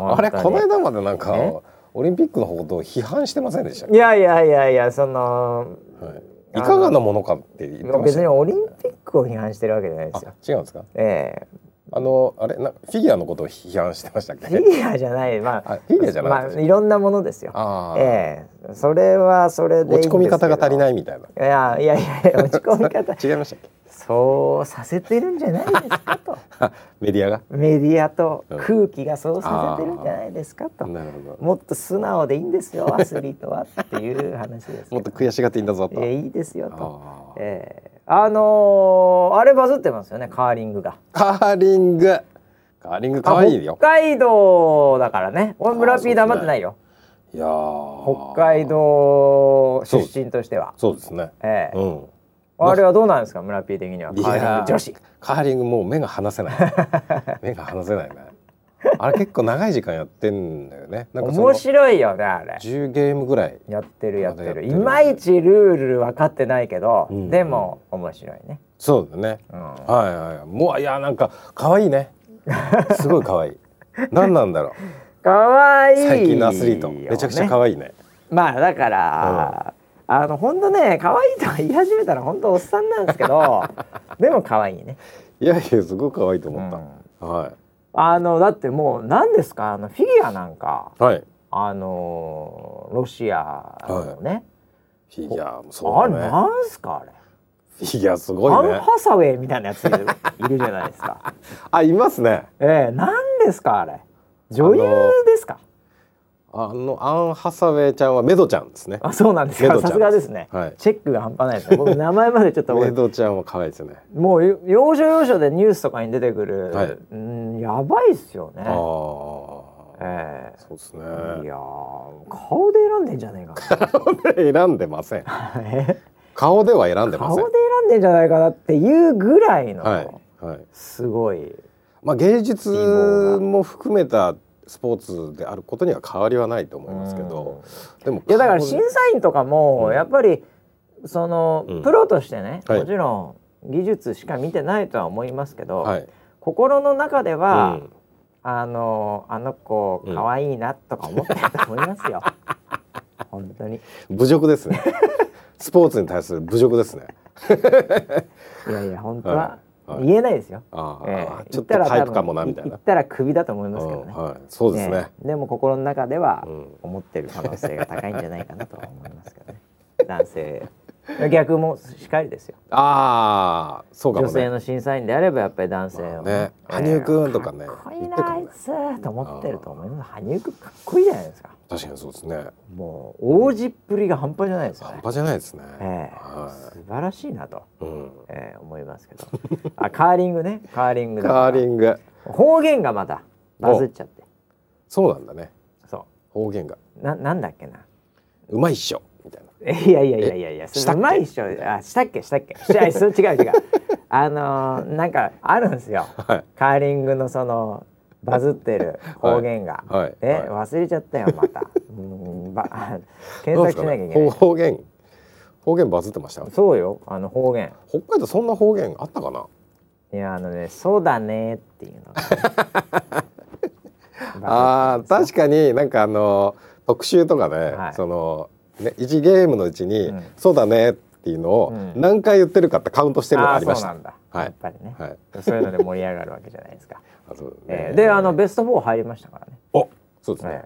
あれ
本
こ
当に
の間までなんか
え
オリンピックのことを批判してませんでしたっ
いやいやいやいやその
け。はい。いかがなものかって言ってまし
別
た
に
よ。
オリンピックを批判してるわけじゃないですよ。
あ、違うんですか。
え
あのあれなフィギュアのことを批判してましたっけ。
えフィギュアじゃないまあ
あフィギュアじゃなかっ
ま
た
あいろんなものですよ。
ああ、
ええそれはそれでいいんです
落
け
ち
ど
込み方が足りないみたいな。
いやいやいやいや落ち込み方
違いましたっけ。
そうさせてるんじゃないですか と
あメディアが。
メディアと
うん
空気がそうさせてるんじゃないですかと
なるほど。
もっと素直でいいんです よアスリートはっていう話です
もっと悔しがっていいんだぞと。
いやいいですよと
あー
ええあのーあれバズってますよねカーリングが
カーリング。カーリング可愛いよ
あ。北海道だからね俺村ピー黙ってないよ、
いやー
北海。道出身としては
そうですね。
ええ
うん。
あれはどうなんですか村 P 的にはカ
い
ーリン
やー
グ女子
カーリングもう目が離せない 目が離せないねあれ結構長い時間やってんだよねなんかその
面白いよねあれ
10ゲームぐらい
やってるやって
まだやって
るい
る
まいちルール分かってないけど、
うん
でも面白いね、
そうだね、
うん
はいはいもういやなんか可愛いねすご い可愛い何なんだろう
かわいいよね、
最近のアスリートめちゃくちゃ可愛いね
まあだから、あの本当ね可愛いとか言い始めたら本当おっさんなんですけ どでも可愛いね、
いやいやすごい可愛いと
う
思っ
ん
た、は
あのだってもう何ですかあのフィギュアなんか
いはい
あのロシアのね、
フィギュアも
あ
そう
れ
だね
なんすかあれ、
フィギュアすご
ア
い
ン
ね
ハサウェイみたいなやついる いるじゃないですか
あいますね
ええ何ですかあれ女優ですか
あのアン・ハサウェイちゃんはメドちゃんですね
あそうなんです
メ
か
ドちゃん
さすがですね、
はい
チェックが半端ないですね僕名前までちょっと覚
メ
えて
ドちゃんは可愛いですよね
もうよ要所要所でニュースとかに出てくる、
はい
うんやばいっすよね
ああ
え
そうですね
えいやー顔で選んでんじゃねえかな
選んでません
え
顔では選んでま
顔
せ
で
ん
選んでんじゃないかなっていうぐらいの、
はいはい
すごい
まあ芸術も含めたスポーツであることには変わりはないと思いますけどでも
いやだから
顔で
審査員とかも
うん
やっぱりその、
うん
プロとしてね、
はい
もちろん技術しか見てないとは思いますけど、
はい
心の中では、
うん
あのあの子
うん
可愛いなとか思ってると思います よ。本当にい
侮辱です ねスポーツに対する侮辱ですね
やいや本当は
はいはい
言えないですよ。
あ
え
あ
え
ちょ
言
っと
たら
タイプかもな
多分
みたい
言
な
ったらクビだと思いうますけど
ん
ね。
はいそうですね
ええでも心の中では
うん
思ってる可能性が高いんじゃないかなとは思いますけどね。男 性逆もしっかりですよ。
ああそうか
女
も
性
ね
の審査員であればやっぱり男性
ま
を
あね
ええ
羽生くんとかね
かっこいい
言って
なあ
たもん
い
ね
つと思ってると思います。羽生くんかっこいいじゃないですか。
確かにそうですね
もう王子っぷりが半端じゃないですよね
半。端じゃないですね
ええ
は
素晴らしいなと、
いうん
えー思いますけどあカーリングねカーリングだ
カーリ
グ
ング
方言がまたバズっちゃって
そうなんだね
そ
方言が
うななんだっけな
うまいっしょみたいな
えいやいやいやいやいや
したっ
う
け
まいっしょあしたっけしたっけしたあそう違う違 うあのーなんかあるんですよ
はい
カーリングのそのバズってる方言が、
はいはい
え、
は
忘れちゃったよま たうんば
なんで
検
す
索
か
しなきゃい
ね
けない、
方言方言バズってました
そうよあの方言
北海道そんな方言あったかない
やあのね「そうだね」っていうの が
あー確かになんかあの特集とかで、
はい
そのね、1ゲームのうちに、
うん
そうだねっていうのを
うん
何回言ってるかってカウントしてるのがありまし
あーそ
た
う。なんだ、
はい
やっぱりね、
はい
そういうので盛り上がるわけじゃないですか、
あ そうね
えーであのベスト4入りましたからね、
おそうです
え
ね。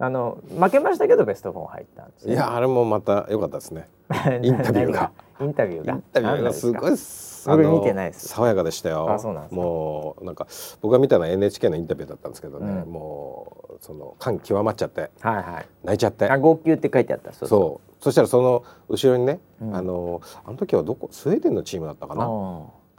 ーあの負けましたけどベスト4入ったんです
い
よ
やあれもまた良かったですね。
何
インタビューが
インタビュー
イ
が
ンタビューがすごいっすあ
僕
の
見てないです
爽やかでしたよ。
あそうなんですか
もうなんか僕が見たのは NHK のインタビューだったんですけどね、
うん
もうその感極まっちゃって
はいはい
泣いちゃって
あ。号泣って書いてあったそ
そう。そしたらその後ろにね、
うん
あのあの時はどこスウェーデンのチームだったか
う
な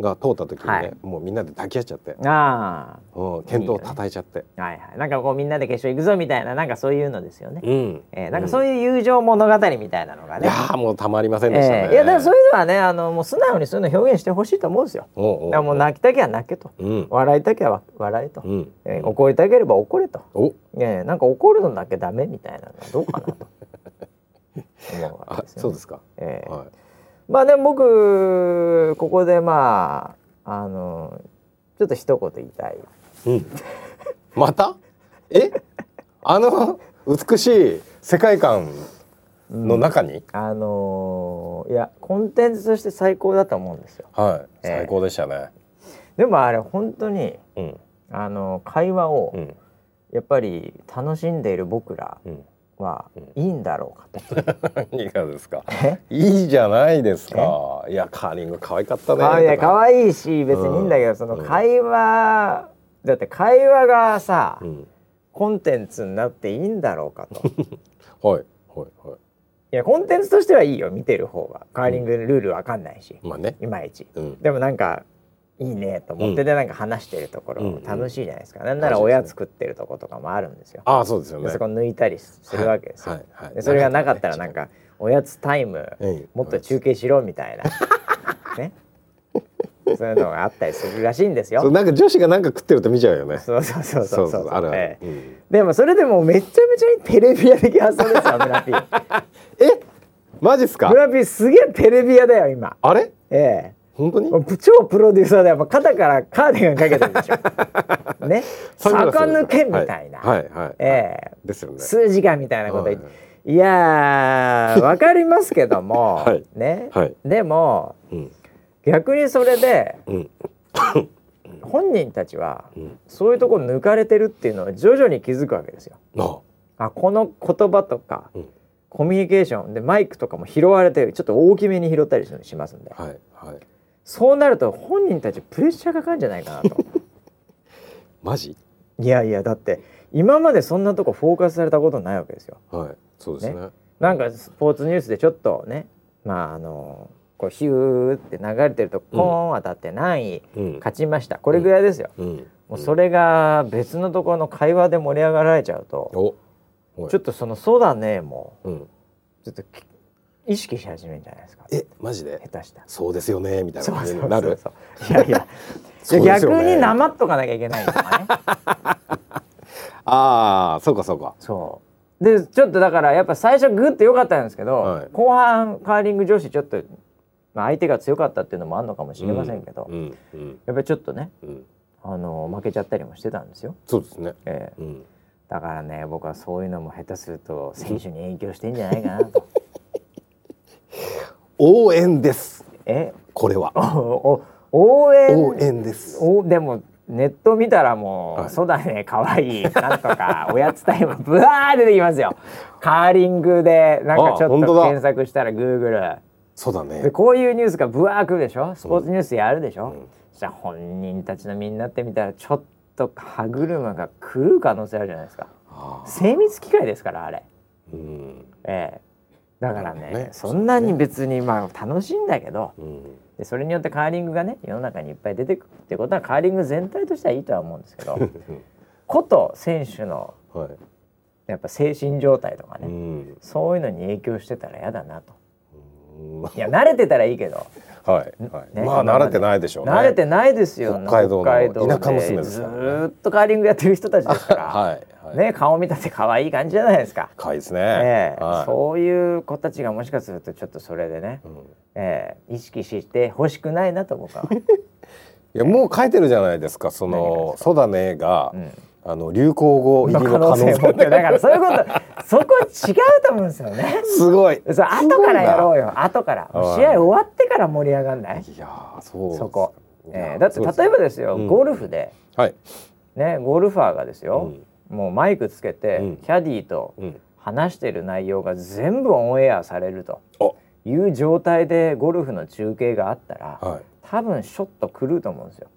が通った時にね、
はい
もうみんなで抱き合っちゃって、
うんあ
うん、健闘を叩いちゃって。
あはいはいなんかこうみんなで決勝行くぞみたいななんかそういうのですよね、
うん。
えーなんかそういう友情物語みたいなのが
い
ね
や、ーもうたまりませんでしたね。
えーいやだからそういうのはねあのもう素直にそういうの表現してほしいと思うんですよ。
おうおう
だからもう泣きたきゃ泣けと
うん。
笑いたきゃ笑えと、
うん。
えー怒りたければ怒れと、
お、
えーなんか怒るのだけダメみたいなのはどうかな と思うわけ
あ、
ですよ、
そう
ね
ですか。
えー
は
まあでも僕ここでまああのちょっと一言言いたい。
い。うん。また？え？あの美しい世界観の中に、
あのーいやコンテンツとして最高だと思うんですよ。
はい、
ええ
最高でしたね。
でもあれ本当に
うん。
あの会話を、
うん。
やっぱり楽しんでいる僕ら
うん。
は
うん
いいんだろうかと。
何がですか。
え
いいじゃないですか。いやカーリング可愛かったね。
ま あいや可
い。
愛いし別にいいんだけど、その会話だって会話がさ、
うん。
コンテンツになっていいんだろうかと。い
はいはいは
やコンテンツとしてはいいよ見てる方がカーリングのルールわかんないし、
い。まあね。
いまいち。
うん。
でもなんかいいねと思って、
うん
でなんか話してるとこ
う
ろ
ん
楽しいじゃないですか、なんなら
楽しいですね
親作ってるとことかもあるんですよ、
ああそうですよ
で
ね
そ。こ抜いたりするわけですよ、
はいはいはい
でそれがなかったらなんかおやつタイム
うん
もっと中継しろみた いな、ねそういうのがあったりするらしいんです
そう
よ
なんか女子がなんか食ってると見ちゃうよね。
そうそうそうそうそう
あるある。
ええ
うん
でもそれでもめちゃめちゃにテレビ屋的発想ですよ村 ピー
えマジっすか
村ピーすげえテレビ屋だよ今
あれ
え
本当に
えもう超プロデューサーだよもう肩からカーディガンかけてるでし ょね
サングラス
坂抜けみたいな、
はいはいはい
ええ
ですよね
数字がみたいなこと言って、、
はい
やーわかりますけども、
はい
ね、
はい
でも
うん
逆にそれで
うん
本人たちは
うん
そういうとこ抜かれてるっていうのを徐々に気づくわけですよ。
なあ
あこの言葉とか、
うん
コミュニケーションでマイクとかも拾われてちょっと大きめに拾ったりしますんで
はいはい
そうなると本人たちプレッシャーかかるんじゃないかなと
マジ
いやいやだって今までそんなとこフォーカスされたことないわけですよ。
はいそうですね
なんかスポーツニュースでちょっとねまああのこうヒューって流れてるとコーン当たって何位
うん
勝ちましたこれぐらいですよ。
うん
もうそれが別のところの会話で盛り上がられちゃうと
おおい
ちょっとその「そうだね」も
うん
ちょっとき意識し始めるんじゃないですか
えマジで
下手したら。
そうですよねみたいな
そう
感
そ
じ
うそう
になる
そういやいや
そうですよね
逆になまっとかなきゃいけないとかね
ああそうかそうか
そうでちょっとだからやっぱ最初グッて良かったんですけど、
はい
後半カーリング女子ちょっと、まあ、相手が強かったっていうのもあるのかもし
知
れませんけど、
うんうん
やっぱりちょっとね、
うん
あの負けちゃったりもしてたんですよ。
そうですね
ええ
うん
だからね、僕はそういうのも下手すると選手に影響してんじゃないかな と。
応援です
え、
これは
おお応援
応援です
おでもネット見たらもう、
はい
そうだね、可愛いなんとか おやつタイムブワー出てきますよ。カーリングでなんかち
あ
ょ
本
っ
当
と
だ
検索したら Google
そうだ
で
ね
こういうニュースがブワー来るでしょ。スポーツニュースやるでしょ。
うん
そしたら本人たちのみんなってみたらちょっと歯車が狂う可能性あるじゃないですか。
ああ
精密機械ですからあれ、
うん
ええ、だからね
ね
そんなに別にまあ楽しいんだけど
うん
でそれによってカーリングがね世の中にいっぱい出てくるってことはカーリング全体としてはいいとは思うんですけど こと選手の
はい
やっぱ精神状態とかね、
うん
そういうのに影響してたら嫌だなと
うん
いや慣れてたらいいけど
はい、はい
ね
まあ慣れてないでしょうね。
慣れてないですよ
北海道の
で
田舎娘です
ず
からね
ーっとカーリングやってる人たちですから、
はい、はい、
ね顔見たって可愛い感じじゃないですか。
可愛いですね。
ええ
は
そういう子たちがもしかするとちょっとそれでね、
い。うん
ええ意識してほしくないなと 僕は、
いやもう書いてるじゃないですか。そ
何がで
のそうだねが、
うん、
あの流行語入りの
可
可能
能性
性
を持ってだからそういうことそこ違うと思うんですよ ね
すごい。
そう後からやろうよ後から
はい
試合終わってから盛り上がんない、
いやーそうです
そこ、
いやー
えーだって
そうです
例えばですよ
うん
ゴルフで、
はい。
ねゴルファーがです
う
よ、
ん
もうマイクつけて、
うん
キャディーと
うん。
話してる内容が全部オンエアされると
お
いう状態でゴルフの中継があったら
はい。
多分ショット狂うと思うんですよ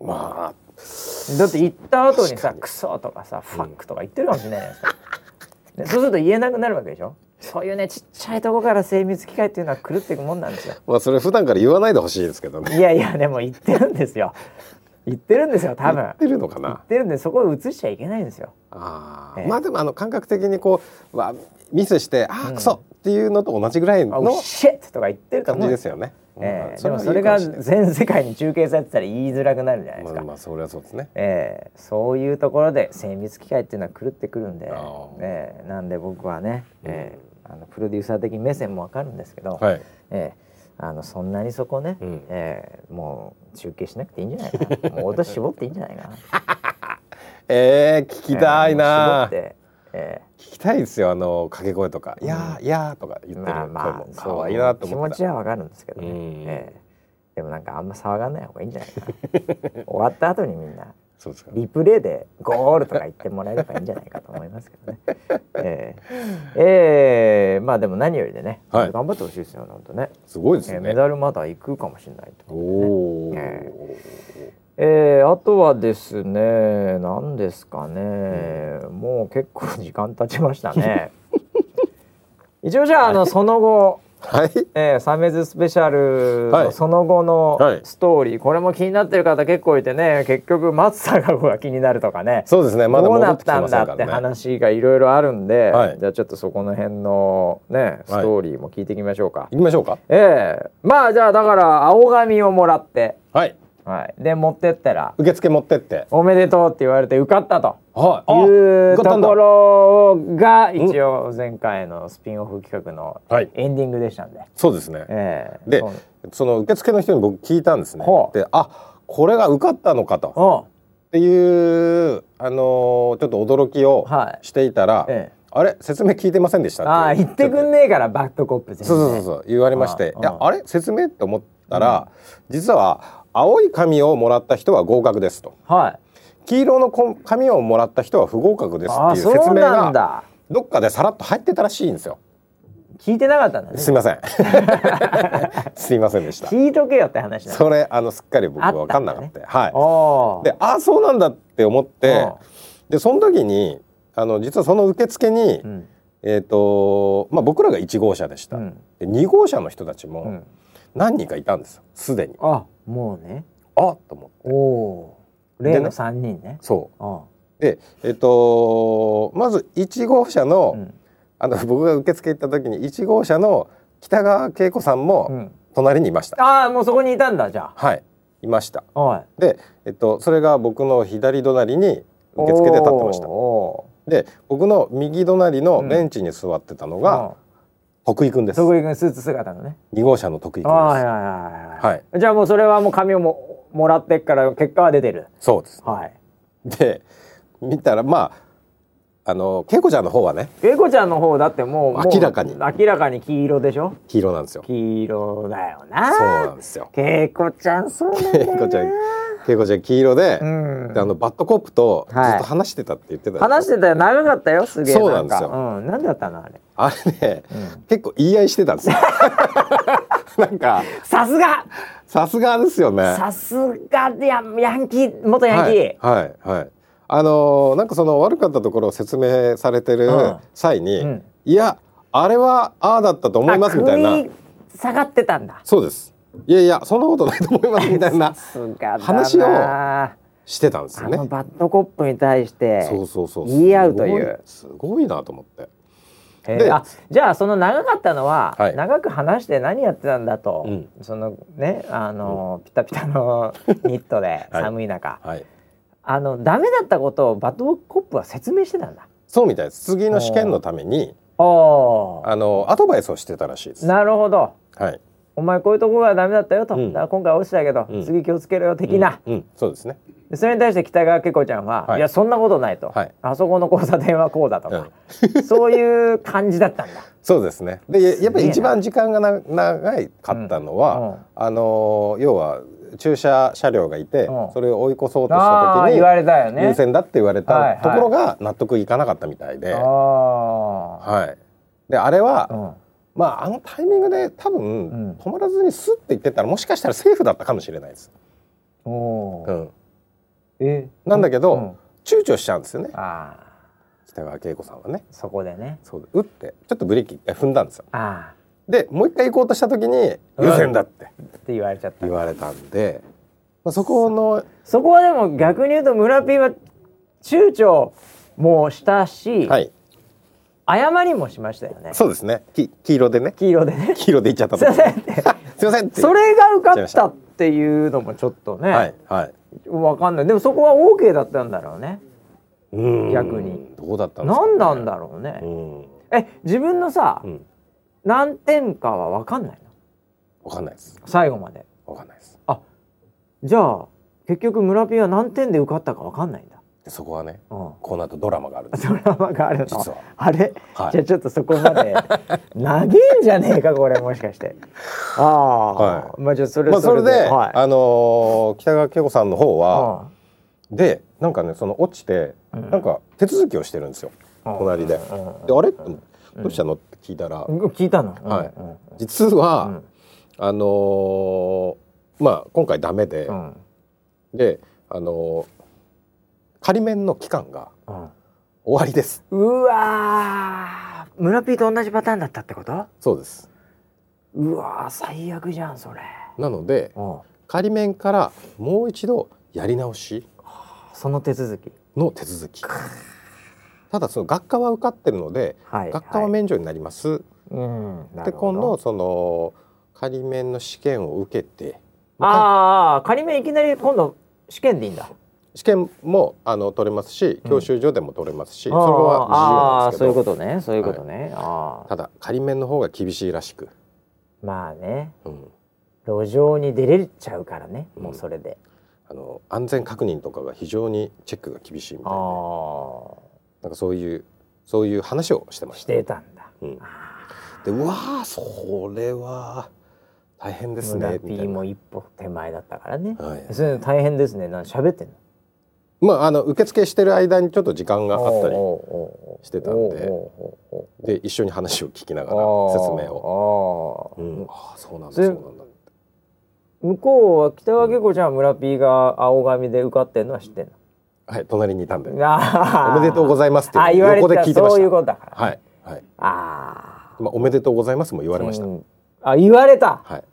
ま
だって行った後にさ
確かに
クソとかさファックとか言ってるかもしれないじゃないですか、でそうすると言えなくなるわけでしょそういうねちっちゃいとこから精密機械っていうのは狂っていくもんなんですよ
あまあそれ普段から言わないでほしいですけどね。
いやいやでも言ってるんですよ言ってるんですよ多分
言ってるのか
言っ
な。
てるんでそこを映しちゃいけないんですよ
あ
え
あ。
え
まあでもあの感覚的にこうわミスしてあ
う
ー
ん
クソっていうのと同じぐらい
あお
の
シェッとか言ってると
感
思う
じ
ん
で
です
よね。
え
うん
えでも
は
それ
いいか
が
しないです
全世界に中継されてたら言いづらくなるじゃないです
ま
か、
あまあそれはそうですね。
ええそういうところで精密機械っていうのは狂ってくるんで
あー、
ええなんで僕はね、ええあのプロデューサー的目線もわかるんですけど、
はい。
ええあのそんなにそこね、
うん
ええもう中継しなくていいんじゃないか なもう音絞っていいんじゃないかな
えー、聞きたいな、
ええもう絞って、ええ
聞きたいですよあの掛け声とか「いやーいやー」とか言ってる
まあ
声
ま
も
あ
可愛いなと
そう
思っ
気持
て
ち
た
はわかるんですけどね、
うん
ええでもなんかあんま騒がない方がいいんじゃないか な終わった後にみんな
そうですか
リプレイでゴールとか言ってもらえればいいんじゃないかと思いますけ どね。えー、えーまあでも何よりでね、
はい
頑張ってほしいですよ本当ね、
すごいです
えー
ね、
メダルまだ行くかもしれないと。
おお、
ええーあとはですね何ですかね、もう結構時間経ちました ね。一応じゃああのその後、
はい
えー、サメズスペシャル
は
の
い
その後
はい
のストーリー、これも気になってる方結構いてね結局松坂子が気になるとかね
そうですねまだ
どう
戻
な
っ
って
きて
た
ま
ん
せ
だ
んか
って
らね
話がいろいろあるんで、
はい
じゃあちょっとそこの辺のねストーリーも聞いていきましょうか、
行きましょうか
ええまあじゃあだから青紙をもらって、
はい
はい、で持ってったら
受付持ってっ
「
て
おめでとう」って言われて受かったと
はいあ
いうと
受かったんだ
ころが一応前回のスピンオフ企画の
はい
エンディングでしたんで、
そうですね
ええ
で
そう
その受付の人に僕聞いたんですね
ほう
であこれが受かったのかと
うん
っていうあのーちょっと驚きを
はい
していたら、
ええ
あれ説明聞いてませんでした
ああ
いう
言ってくんねえからバッドコップ全然
そうそうそうそう言われまして
ああ
「いや
あ
あれ説明?」って思ったら、実は青い紙をもらった人は合格ですと
はい
黄色のこん紙をもらった人は不合格です
あ
っ
あ
ていう
そ
説
う
明
なん
が
だ
どっかでさらっと入ってたらしいんですよ。
聞いてなかったんだね
すい ません。すいませんでした。
聞いとけよって話なの
それあのすっかり僕分かんなか
あ
っ
った
た。は
お
い。
ー
でああそうなんだって思って
ああ
でその時にあの実はその受付に、
うん
えっ、とまあ僕らが1号車でした。
うん
で2号車の人たち
う
も
ん
何人かいたんですよ。すでに。
あもうね
あっと思って。
おおー例の三人ね
そう
あ
でえっとまず1号車の,、
うん
あの僕が受付行った時に1号車の北川景子さん
う
も
ん
隣にいました、
ああもうそこにいたんだじゃ
はいいました
あはい
で、えっと、それが僕の左隣に受付で立ってました
お
で僕の右隣のベンチに座ってたの
ー
が徳井くんです、
徳井君スーツ姿のね
2号車の徳井くん
あはい
です
はいはい
は
はいじゃあもうそれはもう紙をももらってっから結果は出てる
そうです
はい
で見たらまああの景子ちゃんの方はね
英子ちゃんの方だってもうもう
明らかに
明らかに黄色でしょ
黄色なんですよ
黄色だよ
そうな
なん
ですよ
恵子ちゃんそうなんだ
景
よな
子ちゃん景子ちゃん黄色で、
うん
であのバッドコップとず
はい
っと話してたって言ってた、
話してたよ長かったよすげえ
そう
な
なん
ん
で
か
すよ
うんなんだったのあれ
あれね、
うん
結構言い合いしてたんで すよなんか
さすが
さすがですよね
さすがヤンヤンキー元ヤンキー、
はいはい、はいあのーなんかその悪かったところを説明されてる
うん
際に、
うん
いやあれはああだったと思いますみたいな
首下がってたんだ
そうですいやいやそんなことないと思いますみたいな
さすがだな
話を
あ
してたんですよね
のバッドコップに対して
そうそうそう
言い合うという
すごいすごいなと思って
えー
で
あじゃあその長かったのは、
はい
長く話して何やってたんだと、
うん
そのねあの、ピタピタ のニットで
はい
寒い中、
はい
あのダメだったことをバッドコップは説明してたんだ。
そうみたいです次の試験のために
おー
あのアドバイスをしてたらしいです
なるほど
はい
お前こういうとこがダメだったよと、
うん
だから今回落ちたけど、
うん
次気をつけろよ的な、
うん、うんそうですね。
でそれに対して北川景子ちゃんは、、
はいい
やそんなことないと、
はい
あそこの交差点はこうだとか、
うん
そういう感じだったんだ。
そうですね。で、ややっぱ
すげえな
り一番時間がな長いかったのは、
うんうん
あのー要は駐車車両がいて、
うん
それを追い越そうとした
ああ
時
ー
に
言われたよね。
優先だって言われ
はいは
た
い
ところが納得いかなかったみたいで、は
あ
い。で、あれは、
あ、うん
まああのタイミングで多分、
ん
止まらずにスッて行ってったらもしかしたらセーフだったかもしれないです。
お
う
ー
ん。
え
なんだけど、
うん
躊躇しちゃうんですよね。
ああ
北川景子さんはね。
そこでね
そう打ってちょっとブレーキ一回踏んだんですよ。
あ
でもう一回行こうとした時に
うん
優先だって
あって言われちゃった
言われたんで、まあ、そこの
そこはでも逆に言うと村 P は躊躇もしたし、
はい
謝りもしましたよね
そうですねき 黄色 でね
黄色でね
黄色で行っちゃった
すいませんって
すいませんって
それが受かったっていうのもちょっとね、
はいはい
わかんないでもそこは OK だったんだろうね
うーん
逆に
どうだったんですか、
何なんだろうね
う、ん
え自分のさ、
うん
何点かは分かんないの
わかんないです
最後まで
わかんないです
じゃあ結局村 P は何点で受かったか分かんないんだ、
でそこはね
うん、
この後ドラマがあるんです
ドラマがあるの
実は
あれ、
はい
じゃあちょっとそこま で長えんじゃねえかこれもしかしてああ、
は
まあじゃあそれ
まあそれで、
は
あのー北川景子さんの方
い
は、でなんかねその落ちて、
うん
なんか手続きをしてるんですよ、
うん
隣で。
うんうん
であれって思ってどうしたのって聞いたら、
うん聞いたの、うん
はい
うん
実
う
は
ん、
あのーまあ今回ダメで、
うん
であのー仮免の期間が
うん
終わりです。
うわー村 P と同じパターンだったってこと
そうです。
うわー最悪じゃんそれ、
なので
うん、
仮免からもう一度やり直し
その手続き
の手続き。ただその学科は受かってるので、
はい
学科は免除になります。
はいうん、な
で
るほ
今
ど
度その仮免の試験を受けて、
ああ仮面いきなり今度試験でいいんだ
試験もあの取れますし
うん
教習所でも取れます
そ
し、そこは自由なんですけ
そうい
ど
うことねそういうことね、ああ
ただ仮面の方が厳しいらしく、
まあね
うん、
路上に出れちゃうからね、もうそれで
あの安全確認とかが非常にチェックが厳しいみ
あ
たいな
あ
なんかそういうそういう話をしてまし。
したてたんだ
うん、でうわーそれは大変です
村
ね
P
み
も
たい
一歩手前だったからね、
な。はい
それで大変ですねなん喋ってんの
まああの受付してる間にちょっと時間があったりしてたんでで一緒に話を聞きながら説明を。
を
うん、ああそうなんだ
そ
そう
れ
なんだ。
向こうは北川景子ちゃんは村 P が青髪で受かってんのは知ってん
はい隣にいたんで。
のあ
おめでとうございますって
あ言われ
横
て
で
た
聞いてま
そう
し
いう
た。
ことだから、
はいはい。
ああ
まあおめでとうございますも言われました。
うんあ言われた
はい。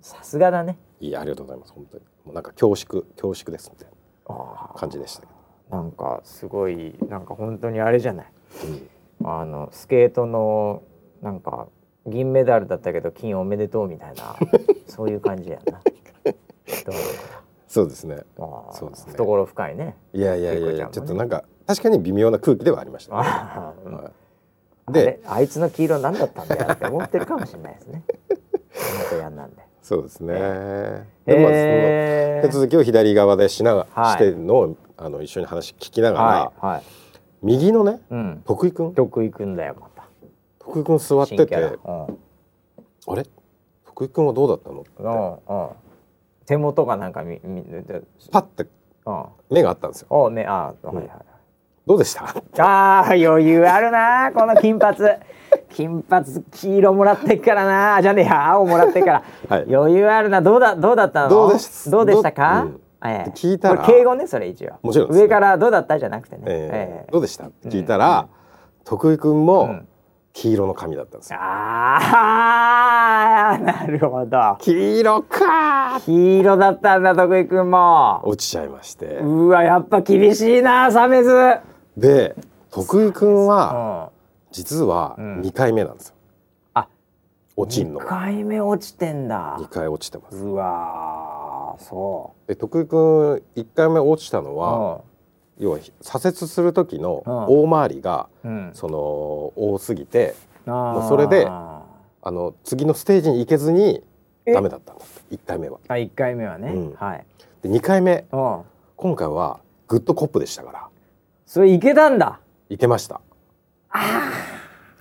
さすがだね
いやありがとうございます本当に。もうなんか恐縮恐縮ですみたい
あ
な感じでしたけ
ーなんかすごいなんか本当にあれじゃない
ど。うん
あのスケートのなんか銀メダルだったけど金おめでとうみたいなそういう感じや な。どう
そうですね。
あー
そうですね
懐深いね。
いやいやいやい
結
や
構ちゃんとね
ちょっとなんか確かに微妙な空気ではありました。は
あーうん
い、
あ
で
れあいつの黄色何だったんだよって思ってるかもしれないですね。本当やんなんで。
そうですね。でまあそ
え
の手続きを左側でしなが、
はい
してるのをあの一緒に話聞きながら、
はいはい。
右のね
うん。
徳井くん
曲行くんだよまた。
徳井くん座って
新キ
て
ャラ
あれ徳井くんはどうだったのって
うんうんうん。手元がなんかみみで
パッて
うん。
目があったんですよ。
おねあーはいはい。はい
どうでした？
ああ余裕あるなこの金髪金髪黄色もらってっからなあじゃねえや青もらってっから、
はい
余裕あるなどうだどうだったの
どうでし
どうでしたか、
どう
ええ
聞いたら
これ敬語ねそれ一応
もちろんですね
上からどうだったじゃなくてね、
え
え
ーどうでしたって聞いたら、徳井くん
う
も
ん
黄色の髪だったんです
え
よ。
ああなるほど
黄色かー
黄色だったんだ徳井くんも
落ちちゃいまして。
うわやっぱ厳しいなサメズ、うん、
で、徳井くんは
あ
実は
うん
2回目なんですよ。
あ
落ちんの
2。回目落ちてんだ
2回落ちてます。
うわーそ
で、徳井くん1回目落ちたの
う
は、要は左折する時の
う
大回りが、
うん
その多すぎて、
も
うそれであの次のステージに行けずに
え
ダメだったんだって1回目は
あ1回目はね、
うん
はい
で2回目
うん
今回はグッドコップでしたから
それいけたんだ
いけました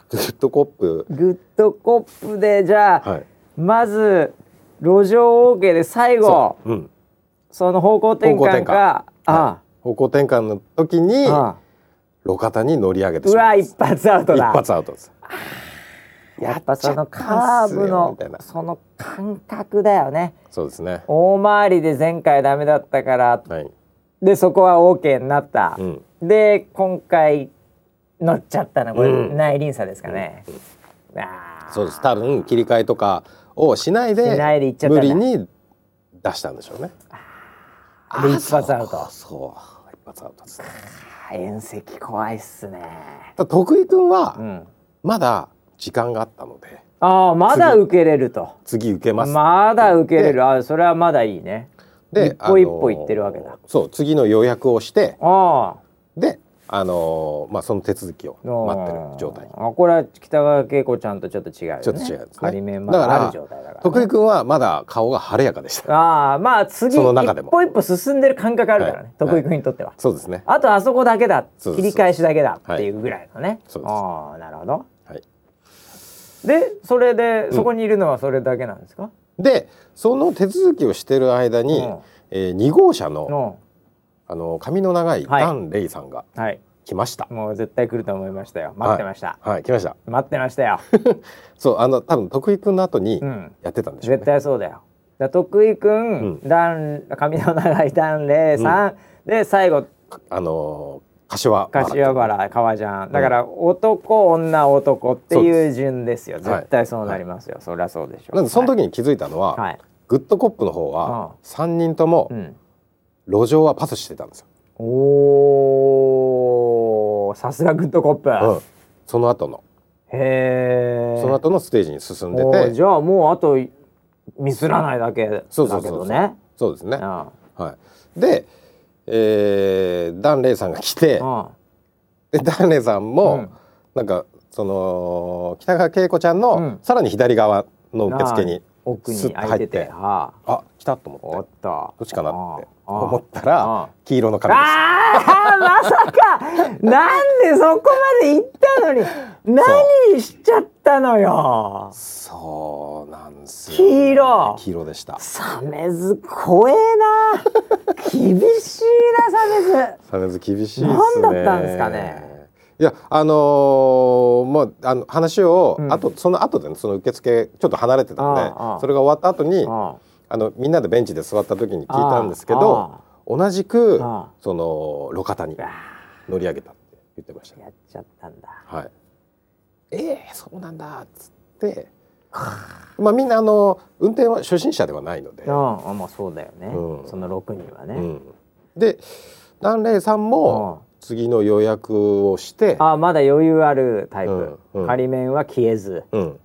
グッドコップ
グッドコップでじゃあ、
はい
まず路上 OK で最後
う、うん、
その方向転
方向
換
転換
かあ
方向転換の時に
あああ
路肩に乗り上げて
う
しま
わ
います
一発アウト
一
だ
発アウトです
やっぱそのカーブ
や
の
っちゃったんすよみたいな
その感覚だよね
そうですね
大回りで前回ダメだったから
はい、
でそこは OK になった
う、ん、
で今回乗っちゃったのこれ、
うん
内輪差ですかね、あー
そうです多分切り替えとかをしないで
しないで行っちゃったん
無
だ
理に出したんでしょうね
で一発アウト
そう一発アウトですね
遠石怖いっすね
ただ徳井君は
うん
まだ時間があったので
ああまだ受けれると
次受けます、
まだ受けれるあそれはまだいいね
で
一歩一歩行ってるわけだ
あのーそう次の予約をして
ああ
であのーまあその手続きを
ああ
待ってる状態
あこれは北川景子ちゃんとちょっと違うよね
ちょっと違うんですね
仮面ま
だから
だある状態だから,、
徳井君はまだ顔が晴れやかでした
ああまあ次
その中でも
一歩一歩進んでる感覚あるからね、
はい
徳井君にとっては、
そうですね
あとあそこだけだ
そう
切
です
り返しだけだっていうぐらいのね、
そうです
ああなるほど
はい
でそれでそこにいるのはそれだけなんですか、
でその手続きをしてる間に、
うん
えー、2号車の、
の
あの髪の長い
はい
ダン・レイさんが
はい
来ました、
もう絶対来ると思いましたよ待ってました、
はい来ました
待ってましたよ、
そうあの多分徳井君の後に
うん、
やってたんでしょうね
絶、対そうだよだ徳井くん、
う
ダン髪の長いダンレイさん、で最後
あのー柏原
柏原革ジャンだから男、女男っていう順ですよ
そうです
絶対そうなりますよ、そりゃそうでしょう
なんでその時に気づいたのは、
はい、はい
グッドコップの方は
う
3人とも
うん、
路上はパスしてたんですよ、
おーさすがグッドコップ、
うんその後の
へえ
その後のステージに進んで
おーじ
て
ゃあもうあとミスらないだけだけどね
そうそうそうそうそうですね、
うん
はい、で、えー、ダン・レイさんが来て
うん
でダン・レイさん
う
も
ん
なんかその北川景子ちゃん
う
の
ん
さらに左側の受付に
奥
スッ
に
と
空いてて
入って
はあ
あ来たと思って
おっと
どっちかなって
ああ
思った
ああ
ら黄色の髪でし
ああまさかなんでそこまで行ったのに何しちゃったのよ
たそうなんですよ
黄色
黄色でした
サメズ怖えな厳しいなサメズ
サメズ厳しいですね
何だったんですかね
いやあのーもうあの話を、
うん
あとその後でねその受付ちょっと離れてたんで
ああああ
それが終わった後にあ
あ
のみんなでベンチで座った時に聞いたんですけど
あ
同じく
ああ
その路肩に
あ
乗り上げたって言ってましたね
やっちゃったんだ
はい、ええそうなんだっつってまあみんなあの運転は初心者ではないので、
うんあまあそうだよね、
うん
その六人はね、
うん、で檀れいさんも次の予約をして、
あまだ余裕あるタイプ、
うんうん
仮面は消えず、
うん、
うん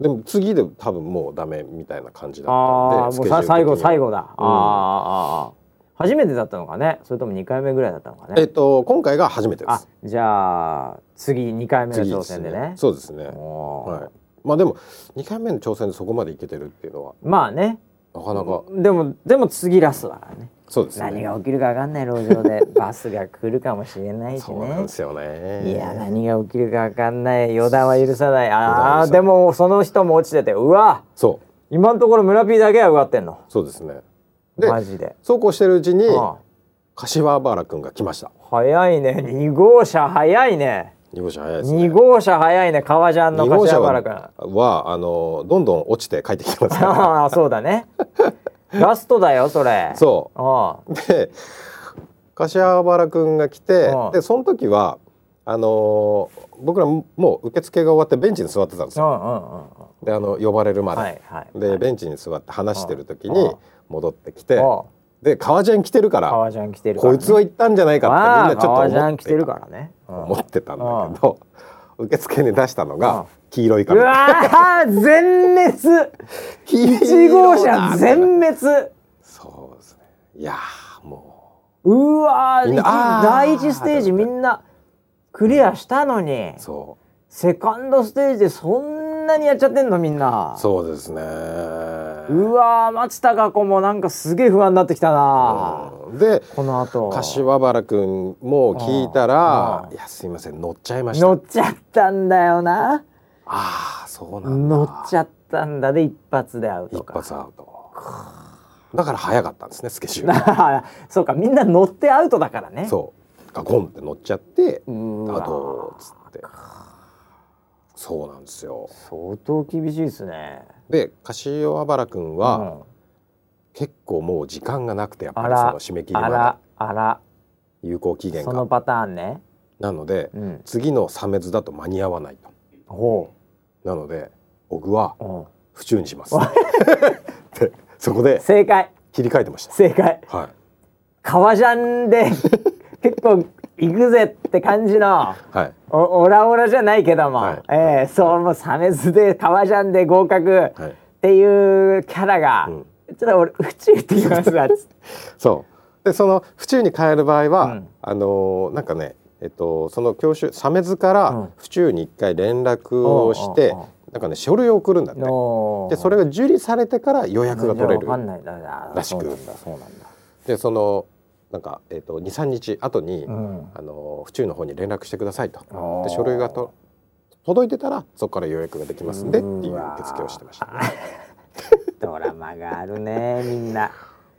でも次で多分もうダメみたいな感じだった
あ
ん
あ
で
もうさ最後最
後
後だ、あーあーあー初めてだったのかねそれとも2回目ぐらいだったのか
え
ね
っと今回が初めてで
あ
す
じゃあ次2回目の
次
挑
です
戦でね
そうですね
おー
はいまあでも2回目の挑戦でそこまでいけてるっていうのは
まあね
なかなか
でもでも次ラストだからね
そうですね
何が起きるか分かんない路上 でバスが来るかもしれないし
そうなん
ね
ですよね
いや何が起きるか分かんない予断は許さないあ
予断は許さな
あ
い
でもその人も落ちててうわ
そう
今のところ村 P だけは受かってんの
そうですねで
マジで、
そうこうしてるうちに
うん
柏原くんが来ました
早いね2号車早いね
二号車早いですね
二号車早いね革ジャンの
二号車
柏
は
原君
はあのどんどん落ちて帰ってきて ますか
ああ そうだねラストだよそれ
らそ
あ
うで柏原くんが来て
ああ
でその時はあの僕らももう受付が終わってベンチに座ってたんです
あうん
よ
うんうんうん
であの呼ばれるまで、
はいはい
でベンチに座って話してる時
あ
に
あ
戻ってきて
ああ
で革ジャン着てるから
革ジャン着てるから
こ
ね
いつは行ったんじゃないか
ああ
ってみんなちょっと思
革
って
ジャン着てるからねうん
思ってたんだけど受付に出したの
ああ
が黄色いう髪
わー全滅
1
1号車全滅
そうですねいやーも
うわ
みんなあ
ー
ー
第一ステージみんなクリアしたのに
うそ
セカンドステージでそんんなにやっちゃってんのみんな
そうですね
うわー松たか子もなんかすげえ不安になってきたな、
うんで
この後
柏原くんも聞いたら
う
「いやすいません乗っちゃいました」
乗っちゃったんだよな
ああそうなんだ
乗っちゃったんだで一発でアウト
一
か
発アウトだから早かったんですねスケジュール
な そうかみんな乗ってアウトだからね
そうガコンって乗っちゃって
う
あ
わ
とつってそうなんですよ
相当厳しいですね
で柏原くん
う
は
ん
結構もう時間がなくてやっぱ
あ
り
ら
その締め切り
あ
まだ
らあら
有効期限
その
が
パターンね
なので
うん
次のサメズだと間に合わないと
ほ
なので小グは
う、うん、
府中にしますってそこ で
正解
切り替えてまし
正解
たはい
革ジャン で結構行くぜって感じの
はい
おオラオラじゃないけども、
はい
ええそうもうサメズで革ジャンで合格
はい
っていうキャラが、
うん
ちょっと俺宇宙行ってき ますわつって
そうでその府中に帰る場合は、
うん
あのーなんかねえっとその教習鮫洲か
うん
ら府中に一回連絡をして、
うんうん
なんかね書類を送るんだって
の
でそれが受理されてから予約が取れる
じゃあわかんないだだ
らしく
そうなんだそうなんだ、
でそのなんか、えっと23日後に、
うん、
あのー府中の方に連絡してくださいと
おー
で書類がと届いてたらそこから予約ができますんでっていう
うわー
受付をしてました、ね、
ドラマがあるねみんな。っ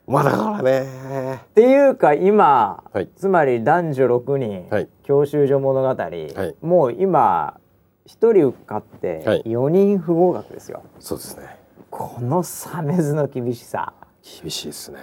まあだからね
ていうか今、
はい
つまり男女6人、
はい
教習所物語、
い
もう今1人受かって
はい
4人不合格ですよ、
そうですね
このサメズの厳しさ
厳しいですね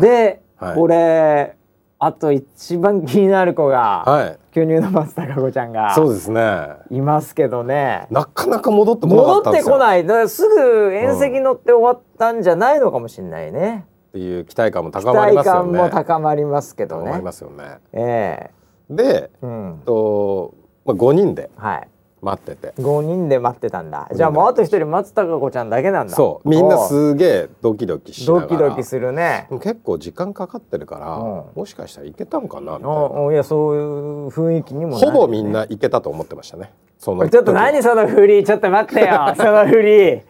で、
はい
俺あと一番気になる子が、
はい
巨乳の松たか子ちゃんが
そうですね
いますけどね
なかなか戻ってこなかっ
戻
た
っ
んで
て
すよ
こないだからすぐ遠石乗って終わったんじゃないのかもしれないね、
っていう期待感も
期
高まり
待
ますよ
感
ね。
も高まりますけど
高ま
ね
りますよね。
え
で、
えうん
と、まあ五人で
はい
待ってて、
5人で待ってたんだじゃあもうあと1人松たか子ちゃんだけなんだ
そうみんな
おう
すげえドキドキしなが
ド
ら、
キドキするね
でも結構時間かかってるから、
うん
もしかしたらいけたんかなみたいな。
おおいやそういう雰囲気にもなる
ほぼみんないけたと思ってましたね。その
ちょっと何その振りちょっと待ってよその振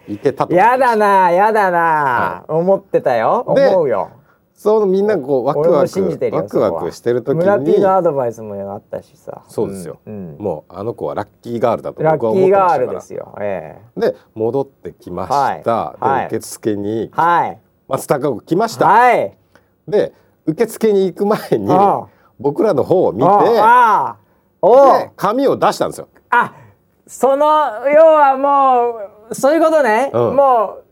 り
いけたと。
やだなやだな、思ってたよ
で
思うよ
そうみんなこうワク
俺も
ワ
信じてるよ
クワクワクしてる時
村ピ
に
ー、のアドバイスもあったしさ
そうですよ。
うんうん
もうあの子はラッキーガールだと
ラッ
僕は
キ
思っ
ー
てま
ガー
した
ル
か
で
ら。
すよええ
で戻ってきました。
はいはい
で受付に
はい
松たか子来ました。
はい
で受付に行く前に
ああ
僕らの方を見て
ああ
で
お
紙を出したんですよ。
あその要はもうそういうことね、
うん
もう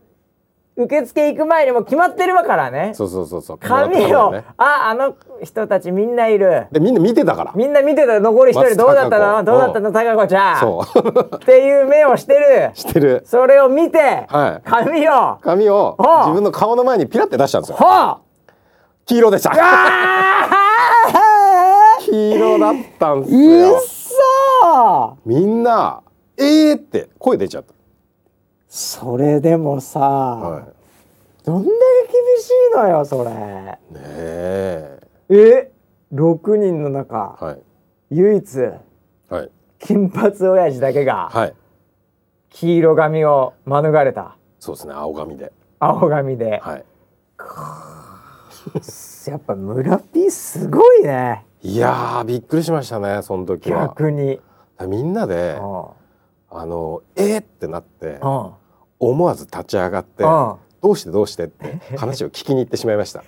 受付行く前にもう決まってるわからね
そうそうそうそう。
紙
紙
を、
ね
ああの人たちみんないる
でみんな見てたから。
みんな見てた残り一人
松た
どうだ
か子
ったのどうだったの高子ちゃん
そ
っていう目をしてる
う してる
それを見て、
はい
紙を
紙を
ああ
自分の顔の前にピラって出したんですよ。
ほう
黄色でした。
あ
黄色だったんです
ーう
よ
っ。そー
みんなえーって声出ちゃっ
それでもさ、
た。はい。ね
どんだけ厳しいのよそれ
え。
え6人の中、
はい
唯一
はい
金髪親父だけが
はい。
黄色髪を免れた
そうですね青髪で。
青髪で、
はい。
やっぱ村ピーすごいね
いやーびっくりしましたねその時は。
逆に
みんなで
う。ん
あのえー、ってなって
うん
思わず立ち上がって
うん
どうしてどうしてって話を聞きに行ってしまいました。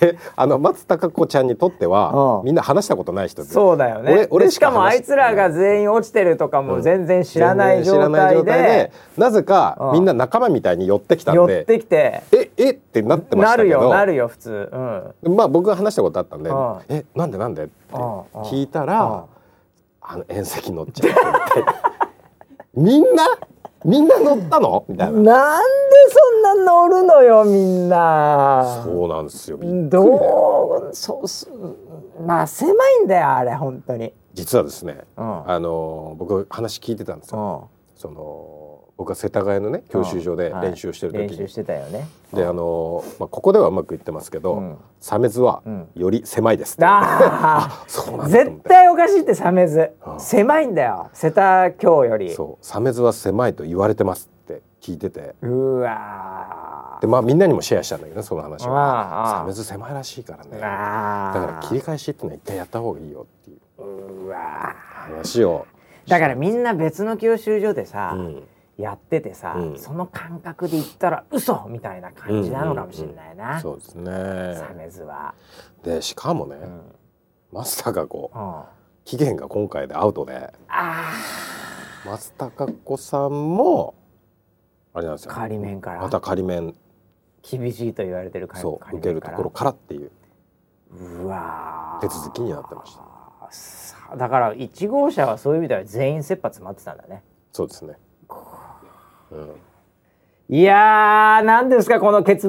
であの松たか子ちゃんにとっては
うん
みんな話したことない人で
そうだよね
俺俺
で
し
し
か
かもあいつらが全員落ちてるとかも全然知らない
全然知
状
らな
態
い状態
で
でなぜか
うん
みんな仲間みたいに寄ってきた
寄
ん
っ
で
てきて
ええってなってまし
な
た
る
け
よ
ど
なるよ普通うん
まあ僕が話したことあったんで
うん
「えなんでなんで?」って
うんうん
聞いた
うん
らあの遠石乗っちゃってみたいなみんなみんな乗ったのみたいな
なんでそんな乗るのよみんな
そうなんですよびっくりだよ
どうそうすまあ狭いんだよあれ本当に
実はですね
うん
あの僕話聞いてたんですよ
う
その僕は世田谷のね教習所で
はい
練習してる時に、
練習してたよね
であのーまあ、ここではうまくいってますけど、
うん
サメズは
うん
より狭いですって、
あ
そうな
あ
んだと思っ
絶
て
対おかしいってサメズ
うん
狭いんだよ瀬田京より
そうサメズは狭いと言われてますって聞いてて
うわ
で、まあ、みんなにもシェアしたんだけどねその話
ああああ
はサメズ狭いらしいからね
ー
だ
あー
から切り返しっていうのは一回やった方がいいよっていう
うわ
話を
ーだからみんな別の教習所でさ、
うん
やっててさ、
うん
その感覚で言ったら嘘みたいな感じなのかもしれないな、
そうです
サ
ね
メズは、
でしかもね、
うんうん、
松高子
あ
期限が今回でアウトで
あ
松高子さんもあれなんですよ
仮面から
また仮面
厳しいと言われてるか
そう受けるところからっていう
うわー
手続きになってました
さあだから1号車はそういう意味では全員切羽詰まってたんだね
そうですね、うん、
いやー何ですかこの結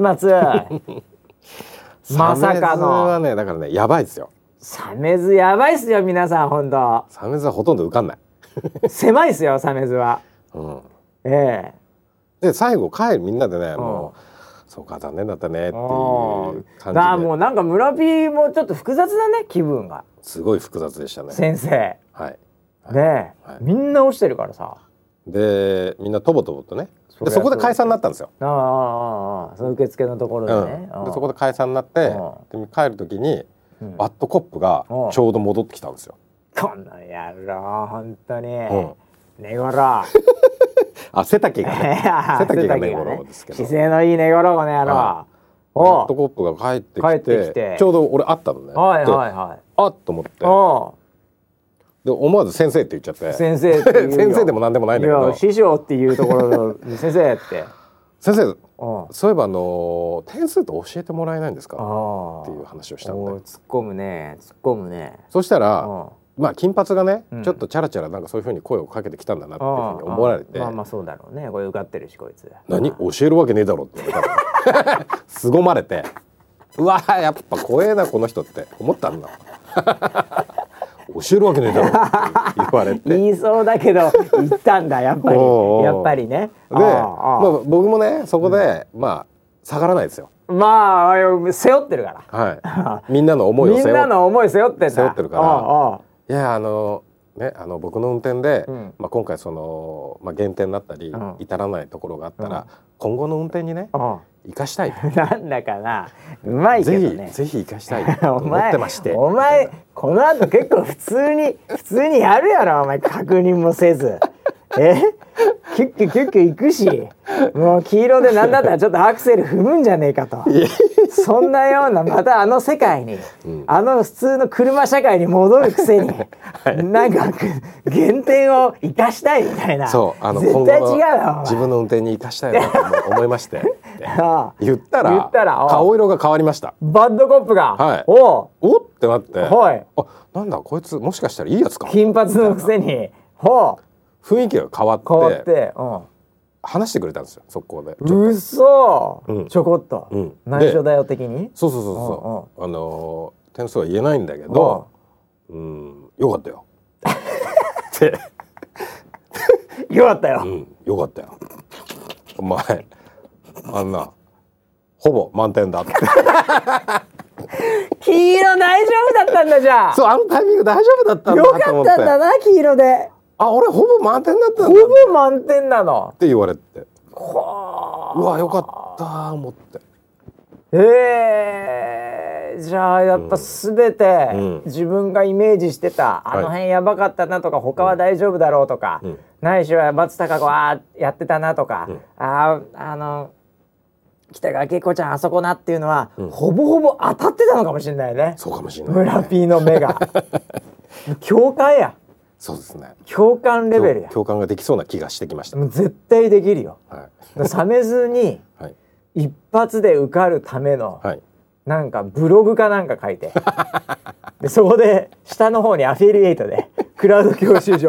末 まさか
サメズは
の
ねだからねやばいですよ
サメズやばいっすよ皆さん本当
サメズはほとんど受かんない、
狭いっすよサメズは
うん、
ええ
で最後帰るみんなでねも
う
うそうか残念だったねってい
あ
う
あ
感
なあ
じ
も
で
うなんか村 P もちょっと複雑だね気分が
すごい複雑でしたね
先生
はい
ねえ、
はい
みんな落ちてるからさ
でみんなとぼとぼとね
そり
で
ゃ
そこで解散になったんですよ
ああああああその受付のところでね、
うん、でそこで解散になってで帰る時に
で、うん
バットコップがちょうど戻ってきたんですよ、
この野郎本当に、
うん
寝頃
あ 背丈 がね
背
丈が寝頃ですけど
姿勢のいい寝頃この野郎
はバ
お
ッ
う
トコップが帰って
帰っ
きて
てきて
ちょうど俺会ったのね、
はい
で
はいはい
あっと思って
お
で思わず「先生」って言っちゃって
う先生って言うよ
先生でも何でもないんだけ
い
ど
や師匠っていうところの先生って
先生
おう
そういえばあのー点数って教えてもらえないんですか
ああ
っていう話をしたの
おう
ね
突っ込むね突っ込むね
そしたら
あ
まあ金髪がね、
うん
ちょっとチャラチャラなんかそういうふうに声をかけてきたんだなっていうふうに思われて
まあまあそうだろうねこれ受かってるしこいつ
何教えるわけねえだろって言われたの凄まれてうわーやっぱ怖えなこの人って思ったんだ教えるわけねえだろって言われて
言いそうだけど言ったんだやっぱり
おうおう
やっぱりね
で
ああああ
まあ、僕もねそこで、まあ下がらないですよ、
まあ背負ってるから
はい、みんなの思いを
み
背
ん
負
な
って
の思い背負ってんだ
背負ってるから
ああ
いやあのねあの僕の運転で、
うん
まあ、今回その、まあ、減点だったり、
うん
至らないところがあったら、今後の運転にね
あ
生かしたいと、
あなんだかなうまいけ
ぜ
ど
ひ、
ね
ぜひ生かしたいと
お
思っ
前
てまして
お前この後結構普通に普通にやるやろお前確認もせずえキュッキュキュッキュ行くしもう黄色で何だったらちょっとアクセル踏むんじゃねえかとそんなようなまたあの世界に、あの普通の車社会に戻るくせ に、なんか減点を生かしたいみたいな
そうあの
絶対違うよお
自
前
分の運転に生かしたいなと思思い まして
ああ
言ったら
言ったらお
顔色が変わりました
バッドコップが、
はい
おう
おってなって、
はい
あなんだこいつもしかしたらいいやつか
金髪のくせにほう
雰囲気が変わって
変わって、うん
話してくれたんですよ速攻で、
うそ、
うん
ちょこっと、
うん
内緒だよ的に
そうそうそうそう、あのー点数は言えないんだけ
ど
ど、うん、よかったよって、
うよかった
う
よ、
ん、よかったよお前あんなほぼ満点だって
黄色大丈夫だったんだじゃあ
そうあのタイミング大丈夫だったん
よ
だ
か
と思
っ
って
たんだな黄色で
あ俺ほぼ満点だった
ほ
んだっ
ぼ満点なの
て言われて
は
うわよかったー思って
あえー、じゃあやっぱ全て、
うん
自分がイメージしてた、あの辺やばかったなとか他は大丈夫だろうとか、
うん
ないしは松たか子はやってたなとか、あーあの北川景子ちゃんあそこなっていうのは、ほぼほぼ当たってたのかもしれないね
そうかもしれない、
村 P の目が共感や
そうですね
共感レベル
共
や
共感ができそうな気がしてきました、
もう絶対できるよ
は
だからサメズに
いはい
一発で受かるための
はい
なんかブログかなんか書い てでそこで下の方にアフィリエイトで「クラウド教習所」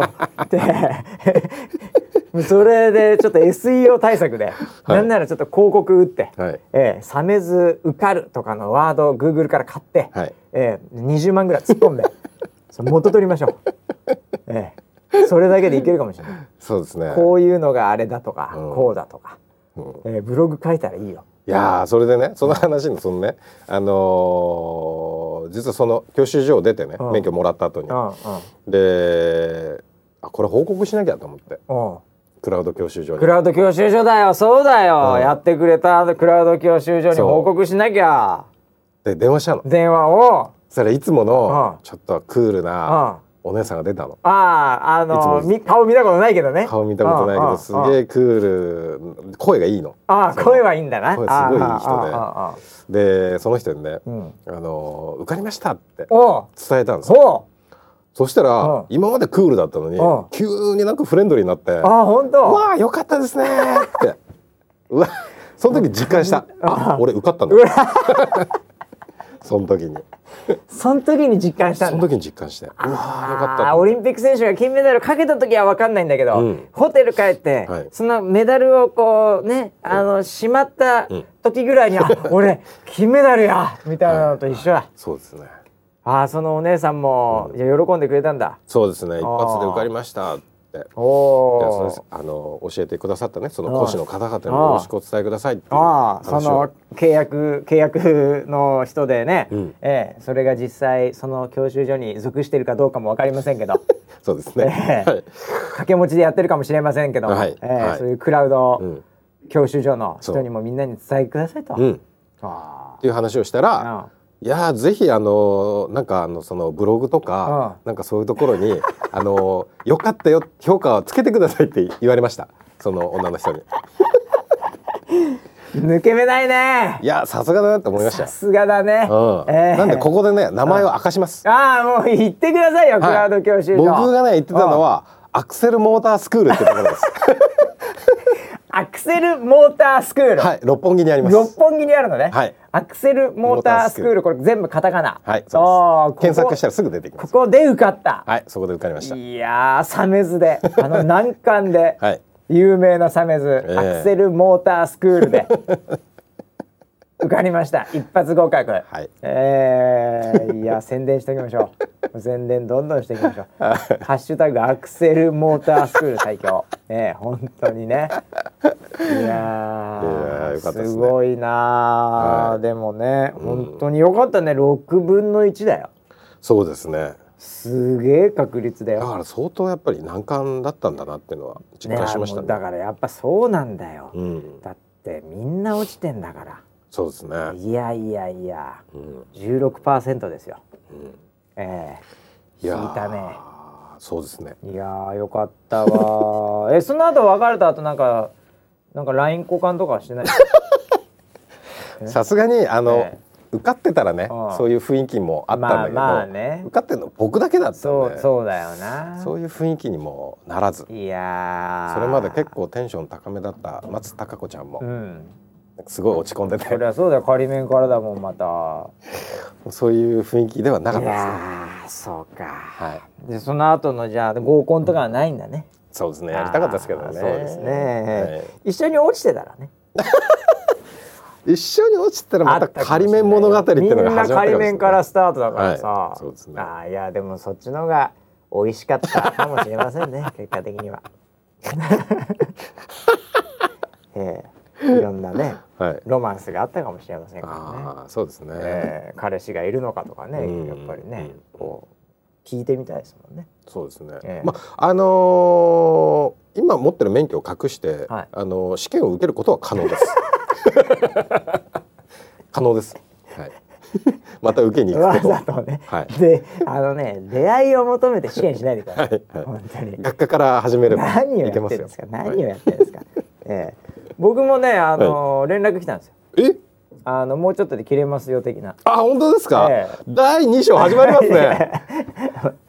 で それでちょっと SEO 対策で、なんならちょっと広告打って、
はい
ええサメズ受かる」とかのワードを Google から買って、
はい
ええ20万ぐらい突っ込んでそれ元取りましょう。ええそれだけでいけるかもしれない
そうですね
こういうのがあれだとか、
うん
こうだとか、
うん
えーブログ書いたらいいよ
いやーそれでねその話にそのねあのー実はその教習所を出てね
うん
免許もらった後に
うんうん
であこれ報告しなきゃと思って
うん
クラウド教習所に
クラウド教習所だよそうだよ、
うん
やってくれたクラウド教習所に
そう
報告しなきゃ
で電話したの
電話を
それいつもの
うん
ちょっとクール
うん
な
あ
お姉さんが出たの
ああ
いつも
の
です
み顔見たことないけどね
顔見たことないけ
うんう
ど
ん
すげえクール声がいいの
ああ
そう
声はいいんだな
声すごいいい人で
ああああああ
でその人にね
うん
あのー受かりましたって
おう
伝えたんですよ
そ
そした
うん
ら今までクールだったのに
うん
急になんかフレンドリーになって
うああ本
う
当
わあよかったですねーってうわその時実感したあ俺受かったんだ その時に
その時に実感した
そ
ん
の
だ
時に実感してうわーよかった
ああオリンピック選手が金メダルかけた時は分かんないんだけど、
うん
ホテル帰って、
はい
そのメダルをこうねあのしまった時ぐら いに「あ俺金メダルや!」みたいなのと一緒だ、
そうですね
ああそのお姉さんも、いや喜んでくれたんだ
そうですね一発で受かりましたって
お
いやその
お
あの教えてくださったねその講師の方々によろしくお伝えくださいっていう
ああそ
話を
の契約契約の人でね、
うん
ええそれが実際その教習所に属しているかどうかも分かりませんけ ど
そうですね、
ええ
はい、
掛け持ちでやってるかもしれませんけど、
はい
ええ
はい
そういうクラウド、
うん
教習所の人
そう
にもみんなに伝えてくださいと。
うん、っ
あ
ていう話をしたら、
あ
いやーぜひあのーなんかあのそのブログとか、なんかそういうところに あのーよかったよ評価をつけてくださいって言われましたその女の人に
抜け目ないね
いやさすがだなって思いました
さす
よ、
がだね、
うん
ええ
なんでここでね名前を明かします、
ああもう言ってくださいよ、クラウド教習所
僕がね言ってたのはアクセルモータースクールってところです
アクセルモータースクール、
はい六本木にあります
六本木にあるのね、
はい
アクセルモータースクールこれ全部カタカナ
はい
あ
そ
あ
うです検索した
こ
らすぐ出てきま
こ
す
こで受かった、
はいそこで受かりました
い、やーサメズであの難関で、
はい
有名なサメズ、
ええ
アクセルモータースクールで受かりました一発合格、
い
えーいや宣伝しておきましょう宣伝どんどんしていきましょう「ハッシュタグアクセルモータースクール最強」ええ本当にねいや
いや
ー
ーよかったですね
すごいなー、
はい
でもね本当によかったね6分の1だよ
そうですね
すげえ確率だよ
だから相当やっぱり難関だったんだなっていうのは実感しました
ね
ね
だからやっぱそうなんだよ、
うん
だってみんな落ちてんだか
そうですね
らいやいやいや
うん
16%ですよ、ええ
いやー
引いたね
そうですね
いやーよかった わーえその後別れた後なんかなんか LINE 交換とかはしてない
さすがにあ
え
の受かってたらね
うん
そういう雰囲気もあったんだけど
まあまあね
受かってるの僕だけだった
そ
ん
う
で
そうだよな
そういう雰囲気にもならず
いやー
それまで結構テンション高めだった松たか子ちゃん
う
も
ん
すごい落ち込んで
そ
て
りゃそうだよ仮面からだもんまた
そういう雰囲気ではなかっ
い
たですね
やーそうか
はい
でその後のじゃあ合コンとかはないんだね、
そうですねやりたかったですけど
あー
ね
そうですね、
はい
一緒に落ちてたらね
一緒に落ちたらま
あ
た
ったかもし
仮
れない
面物語っていうのが始まったかもし
みんな仮
れない
面からスタートだからさ、
はいそうですね
あーいやでもそっちの方が美味しかったかもしれません ね結果的には ええいろんなね
はい
ロマンスがあったかもしれませんからね
ああそうですね、
ええ彼氏がいるのかとかね、
うん
やっぱりね、
うん
こう聞いてみたいですもんね
そうですね、
ええ
まああのー今持ってる免許を隠して、
はい
あのー試験を受けることは可能です 可能ですはいまた受けに行
わ
くこと
ざ
は
とね、
はい
であのね出会いを求めて試験しないでください、
いはい
本当に
学科から始めれば
何をや
い
っ
け
てる
ま
ん
す
で
よ
すか何をやってるんですか、ええ僕もねあの、連絡来たんですよ
え
あのもうちょっとで切れますよ的な
あ本当ですか、
え
第二章始まります ね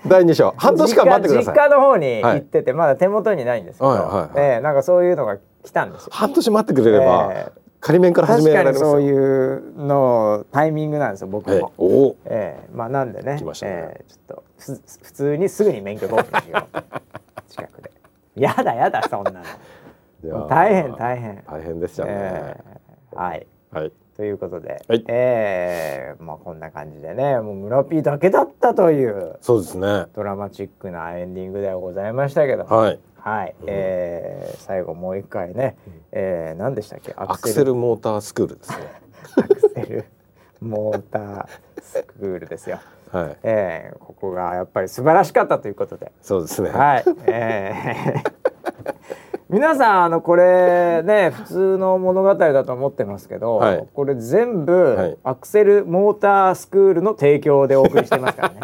第二章半年間待ってくださ
実家
い
実家の方に行ってて、まだ手元にないんですけど、
はいはいはい
ええなんかそういうのが来たんですよ
半年待ってくれれば、
ええ
仮面から始
確
めら
か
れ
に
ます
そう
よ
いうのタイミングなんですよ僕
ええ
も、え
おお
えまあなんでね
来ましたね
ええちょっとふ普通にすぐに免許更新しよ う近くでやだやだそんなの
いやー
大変大変
大変でしたね、
ええはい
はい
とということで、
はい
えーまあこんな感じでね、もう村 P だけだったという
そうですね。は
ドラマチックなエンディングではございましたけど、
い。
はい、えー最後もう一回ね、えー、何でしたっけ
アクセルモータースクー ルですね。
アクセルモータースクールですよ、
はい。
えー、ここがやっぱり素晴らしかったということで
そうですね。
はい、えー 皆さんあのこれね普通の物語だと思ってますけど、
はい
これ全部、
はい
アクセルモータースクールの提供でお送りしてます からね、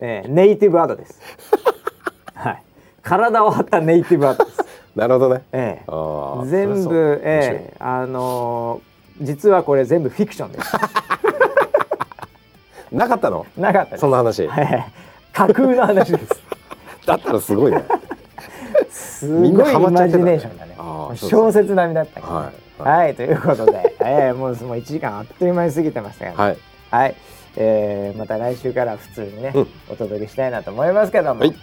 えーネイティブアートです、はい、体を張ったネイティブアートです、
なるほどね。
えー
ああ。
全
そりゃそう
部、ええあのー実はこれ全部フィクションです。
なかったの？
なかったです。
そんな話。
ええ架空の話で
だったらすごいね。
す。す
みん
ご
ない
イ
ハマっちゃ
マ
ってた
ジ
ね
ネーションだね。
ああそうですね
小説並みだったけどね、
はい
は。
はい
ということで、 ええもうもう1時間あっという間に過ぎてましたが、
はい。
はい、えーまた来週から普通にね、
うん
お届けしたいなと思いますけども、は
はいい、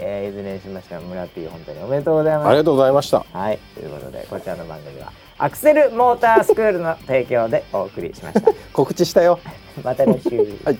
えーいずれにしましても村 P 本当におめでとうございます
あり。がとうございました。
はい、ということでこちらの番組はアクセルモータースクールの提供でお送りしました。
告知したよ。
また来週。
はい。